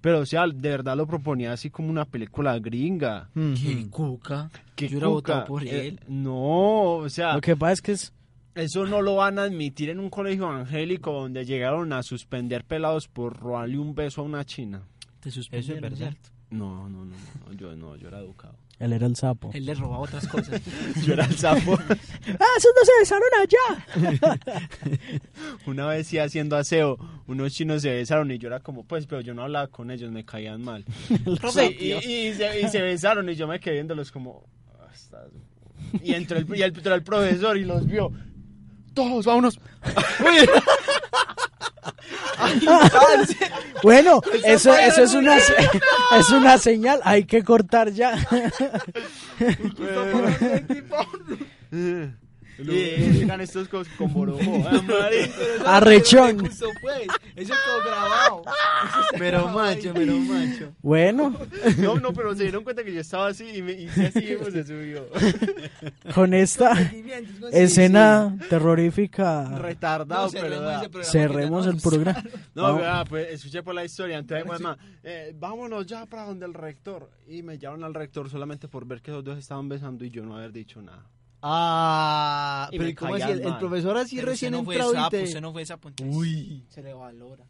M: Pero, o sea, de verdad lo proponía así como una película gringa.
B: Qué cuca.
M: Qué
B: Yo hubiera
M: cuca.
B: votado por
M: Eh,
B: él.
M: no, o sea... Lo
C: que pasa es que es...
M: Eso no lo van a admitir en un colegio evangélico donde llegaron a suspender pelados por robarle un beso a una china.
B: Te suspendieron,
M: verdad.
B: ¿cierto?
M: No, no, no, no, yo, no, yo era educado.
C: Él era el sapo.
B: Él le robaba otras cosas.
M: Yo era el sapo.
C: ¡Ah, esos no se besaron allá!
M: Una vez sí haciendo aseo, unos chinos se besaron y yo era como, pues, pero yo no hablaba con ellos, me caían mal.
B: Profe.
M: y, y- y se, y se besaron y yo me quedé viéndolos como... "Ah, estás-". Y entró el, y el- entró el profesor y los vio. Todos, vámonos.
C: bueno, eso,
M: fue
C: eso es
M: el
C: una se-
M: único.
C: es una señal, hay que cortar ya.
M: Y eh, llegan estos con, con boromó, ah, marica.
C: Arrechón.
B: Eso pues, eso quedó grabado.
M: Pero macho, pero macho.
C: Bueno,
M: No, no, pero se dieron cuenta que yo estaba así y me hice así y pues se subió.
C: con esta
M: Consentimientos,
C: escena terrorífica
M: Retardado,
B: No, cerremos
M: pero. da.
B: ese programa
C: cerremos el programa.
M: No,
C: Vamos.
M: vea, pues escuché por la historia. Entonces, mamá, eh, vámonos ya para donde el rector. Y me llevaron al rector solamente por ver que los dos estaban besando y yo no haber dicho nada.
D: Ah,
M: Y
D: pero
M: me
D: ¿y ¿cómo así?
M: caían
D: El, el
M: mal.
D: profesor así
B: Pero
D: recién
B: usted no fue
D: entrado y
B: sapo,
D: te...
B: usted no fue sapo, entonces
D: Uy.
B: se le valora.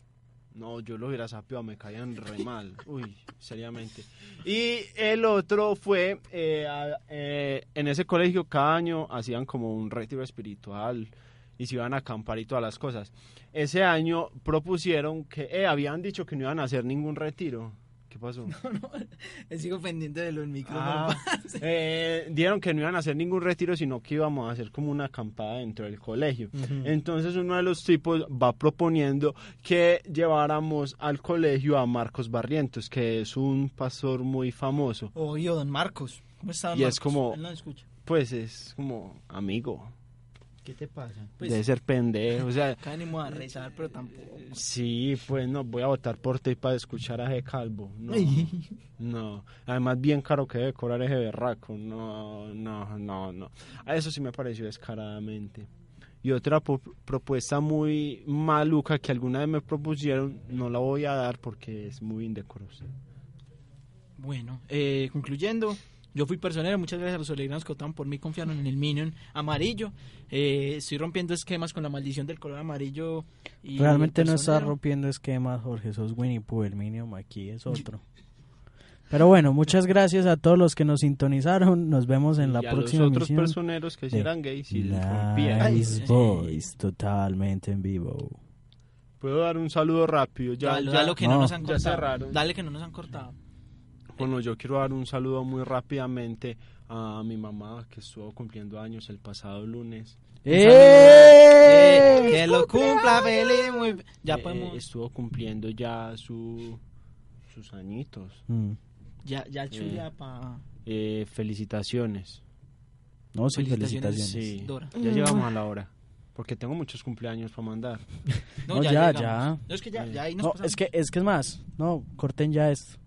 M: No, yo lo hubiera sapeado, me caían re mal. Uy, seriamente. Y el otro fue, eh, a- eh, en ese colegio cada año hacían como un retiro espiritual y se iban a acampar y todas las cosas. Ese año propusieron que, eh, habían dicho que no iban a hacer ningún retiro. ¿Qué pasó?
B: Sigo pendiente de los
M: Ah,
B: micrófonos.
M: eh, dieron que no iban a hacer ningún retiro, sino que íbamos a hacer como una acampada dentro del colegio.
B: Ujú.
M: Entonces uno de los tipos va proponiendo que lleváramos al colegio a Marcos Barrientos, que es un pastor muy famoso.
B: Oye, don Marcos. ¿Cómo está, don
M: Y es
B: Marcos?
M: como-
B: Él no escucha.
M: Pues es como amigo,
D: ¿Qué te pasa?
B: Pues-
M: debe ser pendejo, o sea...
B: Acá venimos a rezar, pero tampoco.
M: Sí, pues no, voy a votar por ti para escuchar a ese calvo. No, no. Además, bien caro que debe cobrar ese berraco. No, no, no, no. A eso sí me pareció descaradamente. Y otra po- propuesta muy maluca que alguna vez me propusieron, no la voy a dar porque es muy indecorosa.
B: Bueno, eh, concluyendo, yo fui personero, muchas gracias a los solegranos que votaron por mí, confiaron en el Minion amarillo. Eh, estoy rompiendo esquemas con la maldición del color amarillo. y
C: Realmente
M: pues,
C: no estás
M: eh,
B: personero.
C: rompiendo esquemas, Jorge, sos Winnie Pooh, el Minion aquí es otro. Pero bueno, muchas gracias a todos los que nos sintonizaron. Nos vemos en la
M: y a
C: próxima
M: los otros
C: emisión
M: personeros que sí
C: de
M: eran gays y les rompían.
C: Nice Boys, totalmente en vivo.
M: Puedo dar un saludo rápido. Ya,
B: Dale,
M: ya-
B: dale que no
C: No.
B: nos han
M: ya
B: cortado.
M: cerraron.
B: Dale que no nos han cortado.
M: Bueno, yo quiero dar un saludo muy rápidamente a mi mamá que estuvo cumpliendo años el pasado lunes. Un
B: ¡Eh!
M: saludo.
B: ¡Eh! Que lo cumpla, feliz, muy- ya
M: Eh,
B: podemos-
M: Estuvo cumpliendo ya su, sus añitos.
C: Mm.
B: Ya, ya,
M: Eh,
B: chulla, pa.
M: eh, felicitaciones.
C: No, sí, felicitaciones.
M: Sí,
B: Dora.
M: ya llegamos a la hora. Porque tengo muchos cumpleaños para mandar.
C: No, No, ya ya, llegamos. ya.
B: No, es que ya-
M: Eh,
B: ya ahí
C: No, es que, es que es más. No, corten ya esto.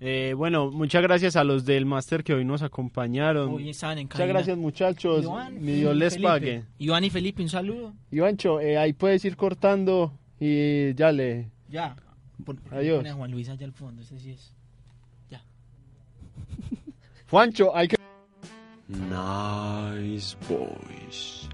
M: eh, bueno, muchas gracias a los del máster que hoy nos acompañaron.
B: Hoy estaban en
M: um, muchas
B: cabina.
M: gracias muchachos.
B: Iván
M: Mi
B: y
M: Dios les
B: Felipe.
M: pague.
B: Iván y Felipe, un saludo.
M: Ivancho, eh, ahí puedes ir cortando y ya le...
B: Ya. Pon-
M: Adiós.
B: pone a Juan Luis allá al fondo, ese sí es.
M: Juancho, hay que...
R: Nice boys.